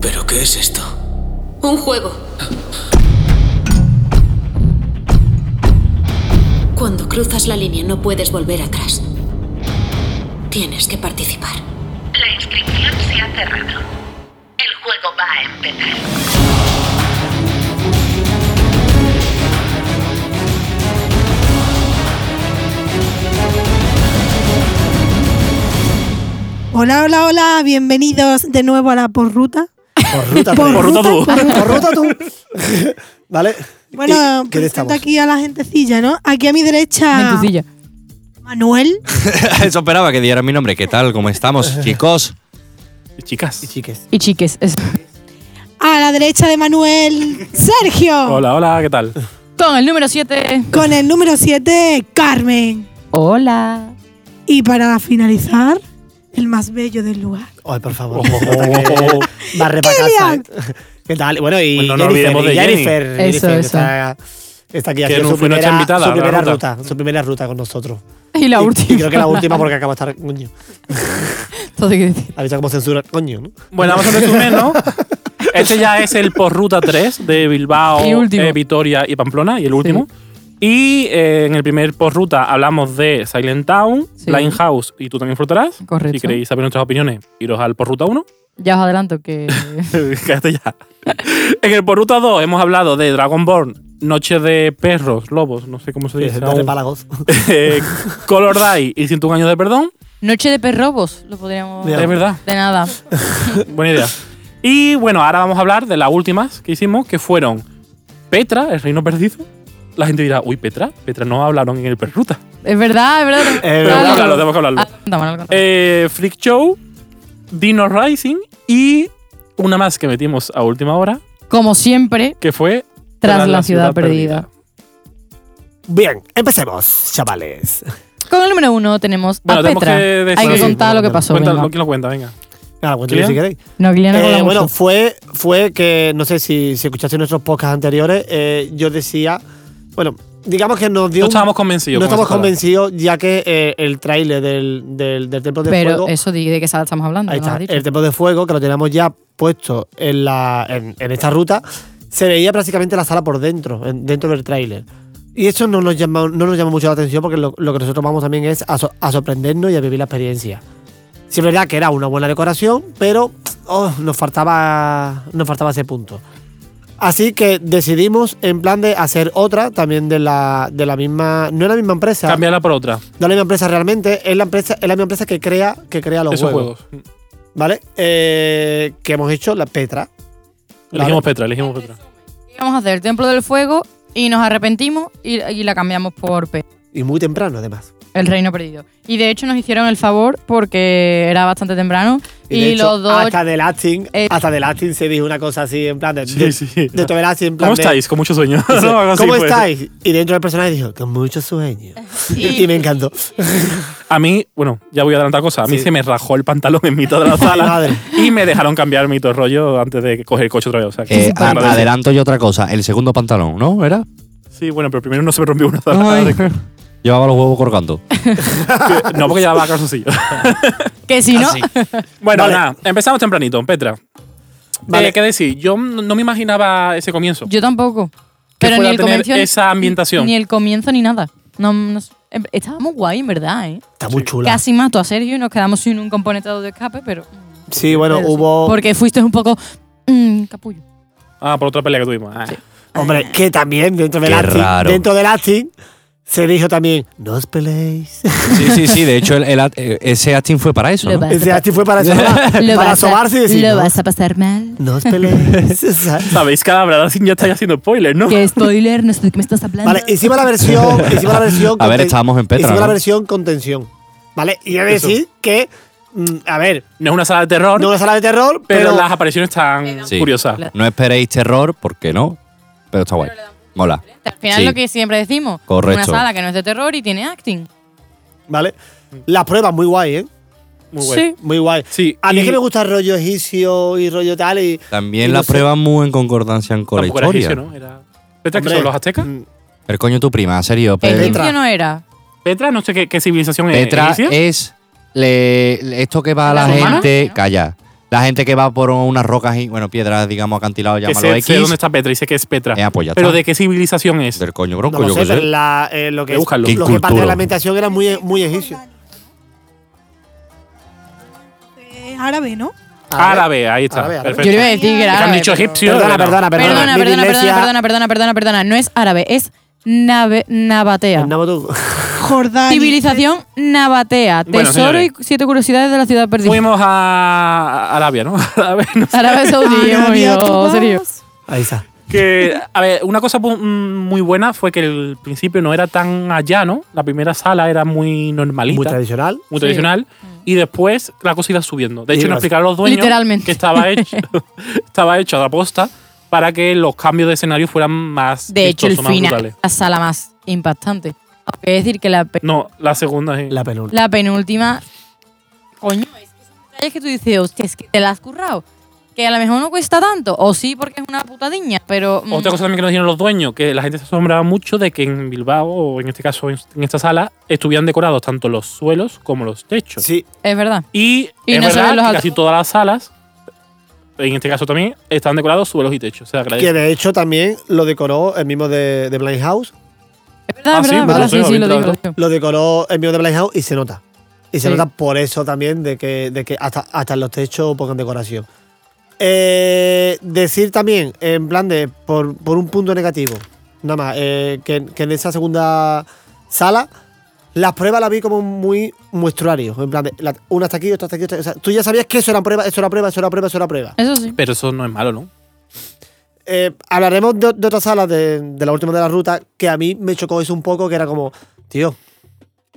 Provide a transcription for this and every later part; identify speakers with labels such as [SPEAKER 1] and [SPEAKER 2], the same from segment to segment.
[SPEAKER 1] ¿Pero qué es esto?
[SPEAKER 2] Un juego. Cuando cruzas la línea no puedes volver atrás. Tienes que participar.
[SPEAKER 3] La inscripción se ha cerrado. El juego va a empezar.
[SPEAKER 4] Hola, hola, hola, bienvenidos de nuevo a la por ruta.
[SPEAKER 5] Por ruta,
[SPEAKER 4] Por
[SPEAKER 5] tú.
[SPEAKER 4] ruta
[SPEAKER 6] tú.
[SPEAKER 5] Por ruta tú. ¿Vale?
[SPEAKER 4] Bueno,
[SPEAKER 5] ¿Y ¿Qué
[SPEAKER 4] presento
[SPEAKER 5] día estamos?
[SPEAKER 4] aquí a la gentecilla, ¿no? Aquí a mi
[SPEAKER 5] Ah.
[SPEAKER 4] derecha,
[SPEAKER 6] Mentecilla.
[SPEAKER 4] Manuel.
[SPEAKER 7] Eso esperaba que diera mi nombre. ¿Qué tal? ¿Cómo estamos, chicos?
[SPEAKER 5] Y
[SPEAKER 6] Chicas.
[SPEAKER 5] chiques.
[SPEAKER 6] Y chiques. es-
[SPEAKER 4] A la derecha de Manuel, Sergio.
[SPEAKER 8] Hola, hola, ¿qué tal?
[SPEAKER 6] Con el número 7.
[SPEAKER 4] Con el número 7, Carmen.
[SPEAKER 6] Hola.
[SPEAKER 4] Y para finalizar, el más bello del lugar.
[SPEAKER 5] Ay, por favor.
[SPEAKER 8] Oh,
[SPEAKER 5] Barre para casa.
[SPEAKER 4] Elian.
[SPEAKER 5] ¿eh? ¿Qué tal? Bueno, y
[SPEAKER 8] Bueno, Pues no
[SPEAKER 5] Jennifer,
[SPEAKER 8] olvidemos de
[SPEAKER 5] y
[SPEAKER 8] Jenny.
[SPEAKER 5] Jennifer,
[SPEAKER 6] Eso,
[SPEAKER 5] Jennifer, que
[SPEAKER 6] eso.
[SPEAKER 5] Está, está aquí, ha
[SPEAKER 8] Que
[SPEAKER 5] sido
[SPEAKER 8] no
[SPEAKER 5] su
[SPEAKER 8] fue nuestra
[SPEAKER 5] primera,
[SPEAKER 8] invitada,
[SPEAKER 5] su
[SPEAKER 8] la
[SPEAKER 5] primera ruta.
[SPEAKER 8] ruta.
[SPEAKER 5] Su primera ruta con nosotros.
[SPEAKER 6] Y la
[SPEAKER 5] Y-
[SPEAKER 6] última.
[SPEAKER 5] Y, creo que la última porque acaba de estar. Coño.
[SPEAKER 6] Todo hay que decir.
[SPEAKER 5] Ha visto cómo censura. Coño, ¿no?
[SPEAKER 8] Bueno, vamos a resumir, ¿no? Este ya es el por ruta 3 de Bilbao,
[SPEAKER 6] Y último.
[SPEAKER 8] eh, Vitoria y Pamplona, y el último. Y eh, en el primer por ruta hablamos de Silent Town,
[SPEAKER 6] Sí.
[SPEAKER 8] House y tú también flotarás.
[SPEAKER 6] Correcto.
[SPEAKER 8] Si queréis saber nuestras opiniones, iros al por ruta 1.
[SPEAKER 6] Ya os adelanto que.
[SPEAKER 8] Cállate ya. en el por ruta 2 hemos hablado de Dragonborn, Noche de Perros, Lobos, no sé cómo se dice.
[SPEAKER 5] De
[SPEAKER 8] aún.
[SPEAKER 5] repálagos.
[SPEAKER 8] Eh, Color Die y 101 años de perdón.
[SPEAKER 6] Noche de perrobos, lo podríamos. Ah,
[SPEAKER 5] Ya.
[SPEAKER 8] Es verdad.
[SPEAKER 6] De nada.
[SPEAKER 8] Buena idea. Y bueno, ahora vamos a hablar de las últimas que hicimos, que fueron Petra, el reino perdido. La gente dirá, uy, Petra, Petra no hablaron en el Perruta.
[SPEAKER 6] Es verdad, es verdad. Ah,
[SPEAKER 5] Eh,
[SPEAKER 8] Pero
[SPEAKER 5] verdad. Claro.
[SPEAKER 8] tenemos que hablarlo, tenemos que hablarlo.
[SPEAKER 6] Anda, Manuel, anda.
[SPEAKER 8] Eh, Freak Show, Dino Rising y una más que metimos a última hora,
[SPEAKER 6] Como siempre,
[SPEAKER 8] que fue
[SPEAKER 6] Tras la ciudad perdida.
[SPEAKER 5] Bien, empecemos, chavales.
[SPEAKER 6] con el número 1 tenemos
[SPEAKER 8] Bueno,
[SPEAKER 6] a
[SPEAKER 8] tenemos
[SPEAKER 6] Petra.
[SPEAKER 8] que decir-
[SPEAKER 6] Hay que
[SPEAKER 5] Sí,
[SPEAKER 6] contar lo que
[SPEAKER 5] bueno,
[SPEAKER 6] pasó.
[SPEAKER 8] Cuéntalo,
[SPEAKER 6] venga.
[SPEAKER 8] ¿Quién lo cuenta? Venga.
[SPEAKER 5] Nada, cuéntame
[SPEAKER 8] ¿Quién?
[SPEAKER 5] si queréis.
[SPEAKER 6] No, Kilian, no
[SPEAKER 5] Eh,
[SPEAKER 6] habla
[SPEAKER 5] bueno,
[SPEAKER 6] mucho.
[SPEAKER 5] fue, fue que, no sé si, si escuchaste nuestros podcasts anteriores, eh, yo decía, bueno, digamos que nos dio...
[SPEAKER 8] No
[SPEAKER 5] un-
[SPEAKER 8] estábamos convencidos.
[SPEAKER 5] no
[SPEAKER 8] con
[SPEAKER 5] estamos
[SPEAKER 8] esa palabra.
[SPEAKER 5] convencidos ya que eh, el tráiler del, del, del Templo de
[SPEAKER 6] Pero
[SPEAKER 5] Fuego...
[SPEAKER 6] eso, di- ¿de qué sala estamos hablando?
[SPEAKER 5] ahí
[SPEAKER 6] ¿No lo
[SPEAKER 5] está,
[SPEAKER 6] has dicho?
[SPEAKER 5] el Templo de Fuego, que lo teníamos ya puesto en, la, en, en esta ruta, se veía prácticamente la sala por dentro, en- dentro del tráiler. Y eso no nos, llama, no nos llama mucho la atención porque lo, lo que nosotros vamos también es a, so- a sorprendernos y a vivir la experiencia. Sí es verdad que era una buena decoración, pero oh, nos, faltaba, nos faltaba ese punto. Así que decidimos en plan de hacer otra también de la, de la misma, no es la misma empresa,
[SPEAKER 8] Cambiarla por otra.
[SPEAKER 5] no es la misma empresa realmente, es la empresa, es la misma empresa que crea, que crea los
[SPEAKER 8] Esos
[SPEAKER 5] juegos.
[SPEAKER 8] juegos.
[SPEAKER 5] ¿Vale? Eh, que hemos hecho la Petra.
[SPEAKER 8] Elegimos Petra, elegimos Petra.
[SPEAKER 6] Íbamos a hacer el Templo del Fuego y nos arrepentimos y, y la cambiamos por P.
[SPEAKER 5] Y muy temprano, además.
[SPEAKER 6] El reino perdido. Y de hecho nos hicieron el favor porque era bastante temprano. Y,
[SPEAKER 5] de hecho,
[SPEAKER 6] los dos.
[SPEAKER 5] Hasta del Astin,
[SPEAKER 6] Eh.
[SPEAKER 5] hasta del Astin se dijo una cosa así, en plan de.
[SPEAKER 8] Sí,
[SPEAKER 5] de,
[SPEAKER 8] sí.
[SPEAKER 5] de todo el Astin, en plan
[SPEAKER 8] ¿Cómo
[SPEAKER 5] de-
[SPEAKER 8] estáis? Con mucho sueño.
[SPEAKER 5] dice,
[SPEAKER 8] No, algo así
[SPEAKER 5] ¿Cómo
[SPEAKER 8] fue.
[SPEAKER 5] estáis? Y dentro del personaje dijo, con mucho sueño. Y, me encantó.
[SPEAKER 8] A mí, bueno, ya voy a adelantar cosas. A mí
[SPEAKER 5] Sí.
[SPEAKER 8] se me rajó el pantalón en mitad de la sala
[SPEAKER 5] Madre.
[SPEAKER 8] y me dejaron cambiar mi todo el rollo antes de coger el coche otra vez. O sea, que
[SPEAKER 7] Eh, a-
[SPEAKER 8] agradecido.
[SPEAKER 7] adelanto yo otra cosa. El segundo pantalón, ¿no? ¿Era?
[SPEAKER 8] Sí, bueno, pero primero no se me rompió una sala.
[SPEAKER 7] Ay. Llevaba los huevos colgando.
[SPEAKER 8] No, porque ya va a calzoncillo.
[SPEAKER 6] Que si no.
[SPEAKER 5] Ah,
[SPEAKER 7] Así.
[SPEAKER 8] Bueno,
[SPEAKER 5] Vale.
[SPEAKER 8] nada, empezamos tempranito, Petra.
[SPEAKER 5] Vale.
[SPEAKER 8] Eh, ¿Qué decir? Yo m- no me imaginaba ese comienzo.
[SPEAKER 6] Yo tampoco.
[SPEAKER 8] Que
[SPEAKER 6] Pero ni
[SPEAKER 8] fuera
[SPEAKER 6] el
[SPEAKER 8] a tener
[SPEAKER 6] comienzo.
[SPEAKER 8] esa ambientación.
[SPEAKER 6] Ni el comienzo ni nada. No, no sé. Em- Estaba muy guay, en verdad, ¿eh?
[SPEAKER 5] Está muy chula.
[SPEAKER 6] Casi mató a Sergio y nos quedamos sin un componente de escape, pero.
[SPEAKER 5] Sí, bueno,
[SPEAKER 6] pero sí.
[SPEAKER 5] hubo.
[SPEAKER 6] Porque fuiste un poco. mm, capullo.
[SPEAKER 8] Ah, por otra pelea que tuvimos. Ah.
[SPEAKER 5] Hombre, que también dentro del
[SPEAKER 7] Qué
[SPEAKER 5] Astin.
[SPEAKER 7] raro.
[SPEAKER 5] Dentro del Astin se dijo también, no os peleéis.
[SPEAKER 7] Sí, sí, sí. De hecho, el- el at- eh, ese acting fue para eso.
[SPEAKER 6] Lo
[SPEAKER 7] ¿no?
[SPEAKER 6] vas a
[SPEAKER 5] Ese
[SPEAKER 6] pa-
[SPEAKER 5] Astin fue para,
[SPEAKER 6] lo
[SPEAKER 5] para
[SPEAKER 6] vas a-
[SPEAKER 5] asomarse y decir,
[SPEAKER 6] Lo
[SPEAKER 5] no,
[SPEAKER 6] vas a pasar mal.
[SPEAKER 5] no os peleéis. O sea,
[SPEAKER 8] Sabéis que ahora sí ya estáis haciendo spoilers, ¿no?
[SPEAKER 6] Que spoiler, no sé de qué me estás hablando.
[SPEAKER 5] Vale, hicimos la versión. Hicimos la versión
[SPEAKER 7] A ver,
[SPEAKER 5] conten-
[SPEAKER 7] estábamos en Petra,
[SPEAKER 5] Hicimos la
[SPEAKER 7] ¿no?
[SPEAKER 5] versión con tensión. Vale, y he de
[SPEAKER 8] Eso.
[SPEAKER 5] decir que. mm, a ver,
[SPEAKER 8] No es una sala de terror,
[SPEAKER 5] no es una sala de terror,
[SPEAKER 8] pero,
[SPEAKER 5] pero.
[SPEAKER 8] las apariciones están
[SPEAKER 7] Sí.
[SPEAKER 8] curiosas.
[SPEAKER 7] No esperéis terror, porque no. Pero está guay. Mola.
[SPEAKER 6] Al final
[SPEAKER 7] Sí.
[SPEAKER 6] lo que siempre decimos.
[SPEAKER 7] Correcto.
[SPEAKER 6] Una sala que no es de terror y tiene acting.
[SPEAKER 5] Vale. Las pruebas, muy guay, ¿eh?
[SPEAKER 8] Muy bueno.
[SPEAKER 6] Sí.
[SPEAKER 5] Muy guay.
[SPEAKER 8] Sí,
[SPEAKER 5] A mí es
[SPEAKER 8] y-
[SPEAKER 5] que me gusta el rollo egipcio y rollo tal. Y,
[SPEAKER 7] También
[SPEAKER 5] y
[SPEAKER 7] la
[SPEAKER 5] no sé.
[SPEAKER 7] prueba muy en concordancia con la
[SPEAKER 8] Tampoco era
[SPEAKER 7] historia.
[SPEAKER 8] egipcio, ¿no? Era... Petra, que
[SPEAKER 5] Hombre,
[SPEAKER 8] son los aztecas.
[SPEAKER 5] mm,
[SPEAKER 7] Pero coño, tu prima, serio.
[SPEAKER 6] El
[SPEAKER 7] Pe-
[SPEAKER 5] Petra.
[SPEAKER 6] egipcio no era.
[SPEAKER 8] Petra, no sé qué, qué civilización es.
[SPEAKER 7] Petra eh,
[SPEAKER 8] egipcia.
[SPEAKER 7] es le- le- esto que va a la
[SPEAKER 6] ¿La romana?
[SPEAKER 7] gente. Calla. La gente que va por unas rocas y, bueno, piedras, digamos, acantilados,
[SPEAKER 8] Que
[SPEAKER 7] llámalo
[SPEAKER 8] sé, sé
[SPEAKER 7] X.
[SPEAKER 8] dónde está Petra y sé que es Petra.
[SPEAKER 7] Eh, pues ya
[SPEAKER 8] Pero
[SPEAKER 7] está.
[SPEAKER 8] ¿de qué civilización es?
[SPEAKER 7] Del coño bronco,
[SPEAKER 5] No lo
[SPEAKER 7] yo
[SPEAKER 5] sé,
[SPEAKER 7] qué sé.
[SPEAKER 5] pero la, eh, lo que, es,
[SPEAKER 8] Búscalo.
[SPEAKER 5] lo
[SPEAKER 8] Qué
[SPEAKER 5] que parte
[SPEAKER 7] cultura.
[SPEAKER 5] de la ambientación era muy, muy egipcio.
[SPEAKER 4] Eh, árabe, ¿no?
[SPEAKER 8] Árabe, ahí está.
[SPEAKER 5] Árabe, árabe.
[SPEAKER 8] Perfecto.
[SPEAKER 6] Yo le iba a decir que
[SPEAKER 8] Que
[SPEAKER 6] era
[SPEAKER 8] han
[SPEAKER 6] árabe.
[SPEAKER 8] dicho egipcio.
[SPEAKER 5] Perdona,
[SPEAKER 8] pero no.
[SPEAKER 5] perdona, perdona.
[SPEAKER 6] Perdona,
[SPEAKER 5] mi
[SPEAKER 6] perdona,
[SPEAKER 5] dislexia-
[SPEAKER 6] perdona, perdona, perdona, perdona, perdona. No es árabe, es nave- nabatea.
[SPEAKER 5] El Nabucco.
[SPEAKER 4] Jordania.
[SPEAKER 6] Civilización nabatea.
[SPEAKER 8] Bueno,
[SPEAKER 6] Tesoro
[SPEAKER 8] señores.
[SPEAKER 6] y siete curiosidades de la ciudad perdida.
[SPEAKER 8] Fuimos a Arabia, ¿no? Árabe, no sé.
[SPEAKER 6] Árabe Saudí,
[SPEAKER 4] Arabia,
[SPEAKER 6] amigo,
[SPEAKER 4] Tubas.
[SPEAKER 6] serio.
[SPEAKER 5] Ahí está.
[SPEAKER 8] Que, a ver, una cosa pu- mm, muy buena fue que el principio no era tan allá, ¿no? La primera sala era muy normalita,
[SPEAKER 5] Muy
[SPEAKER 8] muy,
[SPEAKER 5] tradicional.
[SPEAKER 8] tradicional. Y después la cosa iba subiendo. De
[SPEAKER 5] Y
[SPEAKER 8] hecho, nos
[SPEAKER 5] iba-
[SPEAKER 8] explicaron los dueños
[SPEAKER 6] Literalmente.
[SPEAKER 8] que estaba hecho, estaba hecho a la posta para que los cambios de escenario fueran más
[SPEAKER 6] De hecho, el
[SPEAKER 8] vistosos, más
[SPEAKER 6] final
[SPEAKER 8] brutales.
[SPEAKER 6] es la sala más impactante. Aunque es decir que la, pe-
[SPEAKER 8] No, la segunda es...
[SPEAKER 5] La penúltima.
[SPEAKER 6] la penúltima. Coño, es que son detalles que tú dices, hostia, es que te la has currado. Que a lo mejor no cuesta tanto. O sí, porque es una putadiña, pero. mm,
[SPEAKER 8] Otra cosa también que nos dijeron los dueños, que la gente se asombraba mucho de que en Bilbao, o en este caso en en esta sala, estuvieran decorados tanto los suelos como los techos.
[SPEAKER 5] Sí,
[SPEAKER 6] Es verdad.
[SPEAKER 8] Y,
[SPEAKER 6] Y
[SPEAKER 8] es
[SPEAKER 6] no se
[SPEAKER 8] verdad
[SPEAKER 6] ven los
[SPEAKER 8] que
[SPEAKER 6] at-
[SPEAKER 8] casi todas las salas, en este caso también, están decorados suelos y techos. Se agradece.
[SPEAKER 5] que de hecho también lo decoró el mismo de, de Blind House.
[SPEAKER 6] Es verdad,
[SPEAKER 8] Ah,
[SPEAKER 6] es
[SPEAKER 8] sí,
[SPEAKER 6] verdad,
[SPEAKER 8] me lo
[SPEAKER 6] es verdad, sí,
[SPEAKER 8] creo,
[SPEAKER 6] sí, lo
[SPEAKER 8] me lo
[SPEAKER 6] digo.
[SPEAKER 8] creo.
[SPEAKER 6] lo digo.
[SPEAKER 5] Lo decoró el mismo de Blind House y se nota. Y se
[SPEAKER 6] Sí.
[SPEAKER 5] nota por eso también de que, de que hasta, hasta en los techos pongan decoración. Eh, decir también, en plan de, por, por un punto negativo, nada más, eh, que, que en esa segunda sala, las pruebas las vi como muy muestruarios. En plan de, la- una hasta aquí, otra hasta aquí, otra. O sea, tú ya sabías que eso era prueba, eso era prueba, eso era prueba, eso era prueba.
[SPEAKER 6] Eso sí.
[SPEAKER 8] Pero eso no es malo, ¿no?
[SPEAKER 5] Eh, hablaremos de, de otra sala, de, de la última de la ruta, que a mí me chocó eso un poco, que era como, tío,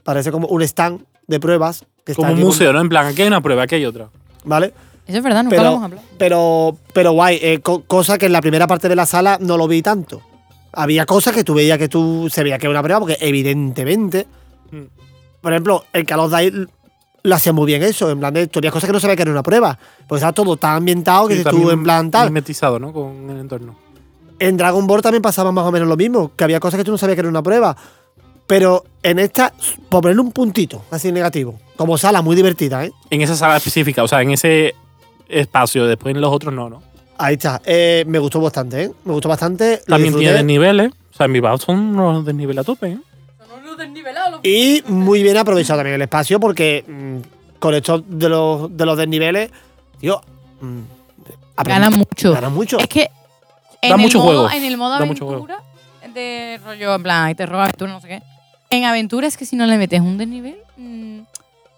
[SPEAKER 5] parece como un stand de pruebas. Que está
[SPEAKER 8] Como un
[SPEAKER 5] aquí con-
[SPEAKER 8] museo, ¿no? En plan, aquí hay una prueba, aquí hay otra.
[SPEAKER 5] ¿Vale?
[SPEAKER 6] Eso es verdad, nunca lo hemos
[SPEAKER 5] Pero,
[SPEAKER 6] hablado.
[SPEAKER 5] pero, pero guay, eh, co- cosa que en la primera parte de la sala no lo vi tanto. Había cosas que tú veías que tú se veía que era una prueba, porque evidentemente,
[SPEAKER 8] Mm.
[SPEAKER 5] por ejemplo, el Call of Duty lo hacía muy bien eso, en plan de, tú veías cosas que no sabías que era una prueba, porque estaba todo tan ambientado que
[SPEAKER 8] Sí,
[SPEAKER 5] dices tú
[SPEAKER 8] también
[SPEAKER 5] en plan tal.
[SPEAKER 8] Mimetizado, ¿no? Con el entorno.
[SPEAKER 5] En Dragon Ball también pasaba más o menos lo mismo, que había cosas que tú no sabías que era una prueba. Pero en esta, por ponerle un puntito, así negativo, como sala muy divertida, ¿eh?
[SPEAKER 8] En esa sala específica, o sea, en ese espacio. Después en los otros no, ¿no?
[SPEAKER 5] Ahí está. Eh, me gustó bastante, ¿eh? Me gustó bastante. lo
[SPEAKER 8] También tiene
[SPEAKER 5] disfruté.
[SPEAKER 8] desniveles. O sea, en Bilbao son unos desniveles a tope, ¿eh?
[SPEAKER 5] Y muy bien aprovechado también el espacio porque mm, con esto de los, de los desniveles, tío, mm, aprende-
[SPEAKER 6] Gana mucho.
[SPEAKER 5] Ganan mucho.
[SPEAKER 6] Es que en,
[SPEAKER 8] Da
[SPEAKER 6] el
[SPEAKER 8] mucho
[SPEAKER 6] modo,
[SPEAKER 8] juego.
[SPEAKER 6] en el modo
[SPEAKER 8] Da mucho
[SPEAKER 6] aventura de rollo, en plan, ahí te roba aventura, no sé qué. En aventura es que si no le metes un desnivel, mm,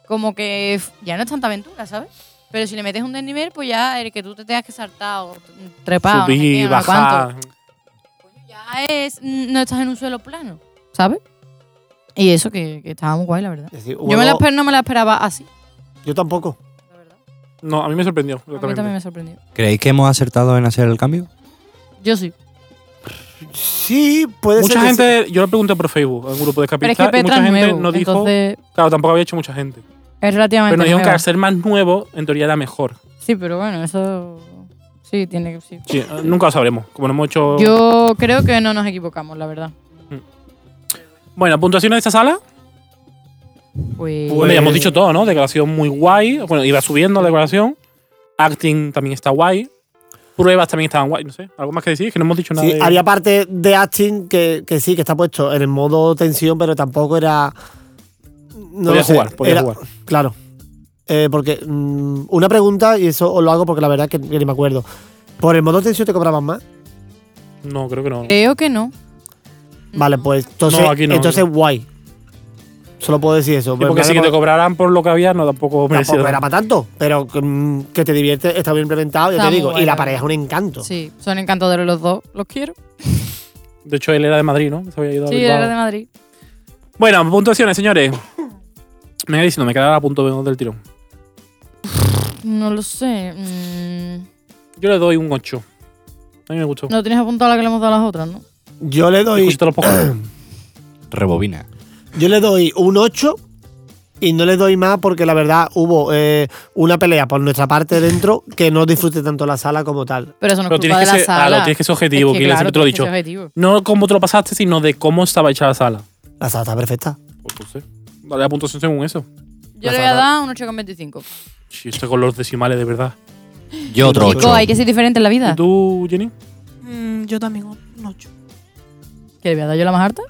[SPEAKER 6] como que f- ya no es tanta aventura, ¿sabes? Pero si le metes un desnivel, pues ya el que tú te tengas que saltar o t- trepar, o no sé qué,
[SPEAKER 8] Subir,
[SPEAKER 6] no sé
[SPEAKER 8] bajar.
[SPEAKER 6] cuánto, ya es, mm, no estás en un suelo plano, ¿sabes? Y eso que, que estaba muy guay, la verdad.
[SPEAKER 5] Es decir,
[SPEAKER 6] Yo me la
[SPEAKER 5] juego-
[SPEAKER 6] esper- no me la esperaba así,
[SPEAKER 5] yo tampoco.
[SPEAKER 6] la verdad.
[SPEAKER 8] No, a mí me sorprendió.
[SPEAKER 6] A mí también me sorprendió.
[SPEAKER 7] ¿Creéis que hemos acertado en hacer el cambio?
[SPEAKER 6] Yo sí.
[SPEAKER 5] Sí, puede ser.
[SPEAKER 8] Mucha
[SPEAKER 5] que sí.
[SPEAKER 8] gente, yo lo pregunté por Facebook, en un grupo de
[SPEAKER 6] Pero es
[SPEAKER 8] Capitán,
[SPEAKER 6] que
[SPEAKER 8] y
[SPEAKER 6] Petra
[SPEAKER 8] mucha
[SPEAKER 6] es
[SPEAKER 8] gente
[SPEAKER 6] nuevo,
[SPEAKER 8] no dijo.
[SPEAKER 6] entonces
[SPEAKER 8] Claro, tampoco había hecho mucha gente.
[SPEAKER 6] es relativamente
[SPEAKER 8] Pero nos dijeron que
[SPEAKER 6] nueva.
[SPEAKER 8] al ser más nuevo, en teoría era mejor.
[SPEAKER 6] Sí, pero bueno, eso sí tiene que sí.
[SPEAKER 8] Sí, eh, nunca lo sabremos. Como no hemos hecho.
[SPEAKER 6] Yo creo que no nos equivocamos, la verdad.
[SPEAKER 8] Bueno, puntuación de esta sala.
[SPEAKER 6] Pues,
[SPEAKER 8] Bueno, ya hemos dicho todo, ¿no? Decoración muy guay. Bueno, iba subiendo la decoración. Acting también está guay. Pruebas también estaban guay. No sé. ¿Algo más que decir? Es que no hemos dicho nada.
[SPEAKER 5] Sí,
[SPEAKER 8] de-
[SPEAKER 5] había parte de acting que, que sí, que está puesto en el modo tensión, pero tampoco era. No
[SPEAKER 8] Podía
[SPEAKER 5] lo sé,
[SPEAKER 8] jugar, podía
[SPEAKER 5] era-
[SPEAKER 8] jugar.
[SPEAKER 5] Claro. Eh, porque mm, una pregunta, y eso os lo hago porque la verdad es que ni me acuerdo. ¿Por el modo tensión te cobraban más?
[SPEAKER 8] No, creo que no.
[SPEAKER 6] creo que no.
[SPEAKER 5] Vale, pues entonces,
[SPEAKER 8] No, aquí no,
[SPEAKER 5] entonces
[SPEAKER 8] aquí
[SPEAKER 5] guay. Solo puedo decir eso. Pues
[SPEAKER 8] Sí, porque si que te cobraran por lo que había, no tampoco merecía.
[SPEAKER 5] Tampoco era para tanto, pero que, mm, que te divierte, está bien implementado, ya
[SPEAKER 6] Está
[SPEAKER 5] te
[SPEAKER 6] muy
[SPEAKER 5] digo.
[SPEAKER 6] guay,
[SPEAKER 5] y la
[SPEAKER 6] la verdad.
[SPEAKER 5] pareja es un encanto.
[SPEAKER 6] Sí, son encantadores los dos, los quiero.
[SPEAKER 8] De hecho, él era de Madrid, ¿no? Se había ido a
[SPEAKER 6] Sí,
[SPEAKER 8] Bilbao.
[SPEAKER 6] era de Madrid.
[SPEAKER 8] Bueno, puntuaciones, señores. Me voy diciendo, me quedaba a punto menos del tirón.
[SPEAKER 6] No lo sé. mm,
[SPEAKER 8] Yo le doy un 8. A mí me gustó.
[SPEAKER 6] no tienes apuntado la que le hemos dado a las otras, ¿no?
[SPEAKER 5] Yo le doy.
[SPEAKER 8] Escucho todos los podcasts.
[SPEAKER 7] Rebobina.
[SPEAKER 5] Yo le doy un 8 y no le doy más porque la verdad hubo eh, una pelea por nuestra parte dentro que no disfruté tanto la sala como tal.
[SPEAKER 6] Pero eso no
[SPEAKER 8] Pero
[SPEAKER 6] es culpa
[SPEAKER 8] tienes
[SPEAKER 6] de
[SPEAKER 8] que,
[SPEAKER 6] la
[SPEAKER 8] ser,
[SPEAKER 6] sala.
[SPEAKER 8] claro, tienes que ser objetivo,
[SPEAKER 6] Es
[SPEAKER 8] que siempre te lo he
[SPEAKER 6] tienes
[SPEAKER 8] dicho.
[SPEAKER 6] que ser objetivo.
[SPEAKER 8] No cómo te lo pasaste, sino de cómo estaba hecha la sala.
[SPEAKER 5] La sala está perfecta.
[SPEAKER 8] Pues entonces, vale la puntuación según eso.
[SPEAKER 6] Yo le voy a dar un 8,25.
[SPEAKER 8] Si esto con los este decimales de verdad.
[SPEAKER 7] Yo otro
[SPEAKER 5] Chico,
[SPEAKER 7] ocho.
[SPEAKER 6] Chico, hay que ser diferente en la vida.
[SPEAKER 8] ¿Y tú, Jenny?
[SPEAKER 4] Mm, yo también un 8.
[SPEAKER 6] ¿Que le voy a dar yo la más harta?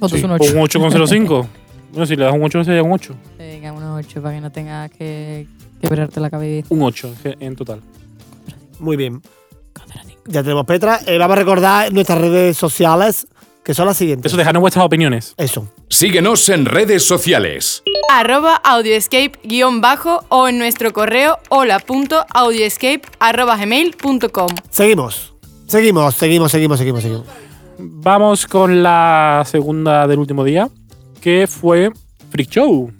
[SPEAKER 6] ¿O tú
[SPEAKER 7] Sí.
[SPEAKER 6] es un
[SPEAKER 8] Pues
[SPEAKER 6] 8?
[SPEAKER 8] Un 8,05. bueno, si le das un 8, sería un 8.
[SPEAKER 6] Venga, un 8 para que no tengas que quebrarte la cabeza.
[SPEAKER 8] Un 8 en total.
[SPEAKER 5] Muy bien. Ya tenemos Petra. Eh, vamos a recordar nuestras redes sociales, que son las siguientes.
[SPEAKER 8] Eso, dejadnos vuestras opiniones.
[SPEAKER 5] Eso.
[SPEAKER 1] Síguenos en redes sociales.
[SPEAKER 9] arroba audioescape guión bajo o en nuestro correo hola.audioescape arroba gmail.com.
[SPEAKER 5] Seguimos. Seguimos, seguimos, seguimos, seguimos, seguimos.
[SPEAKER 8] Vamos con la segunda del último día, que fue Freak Show.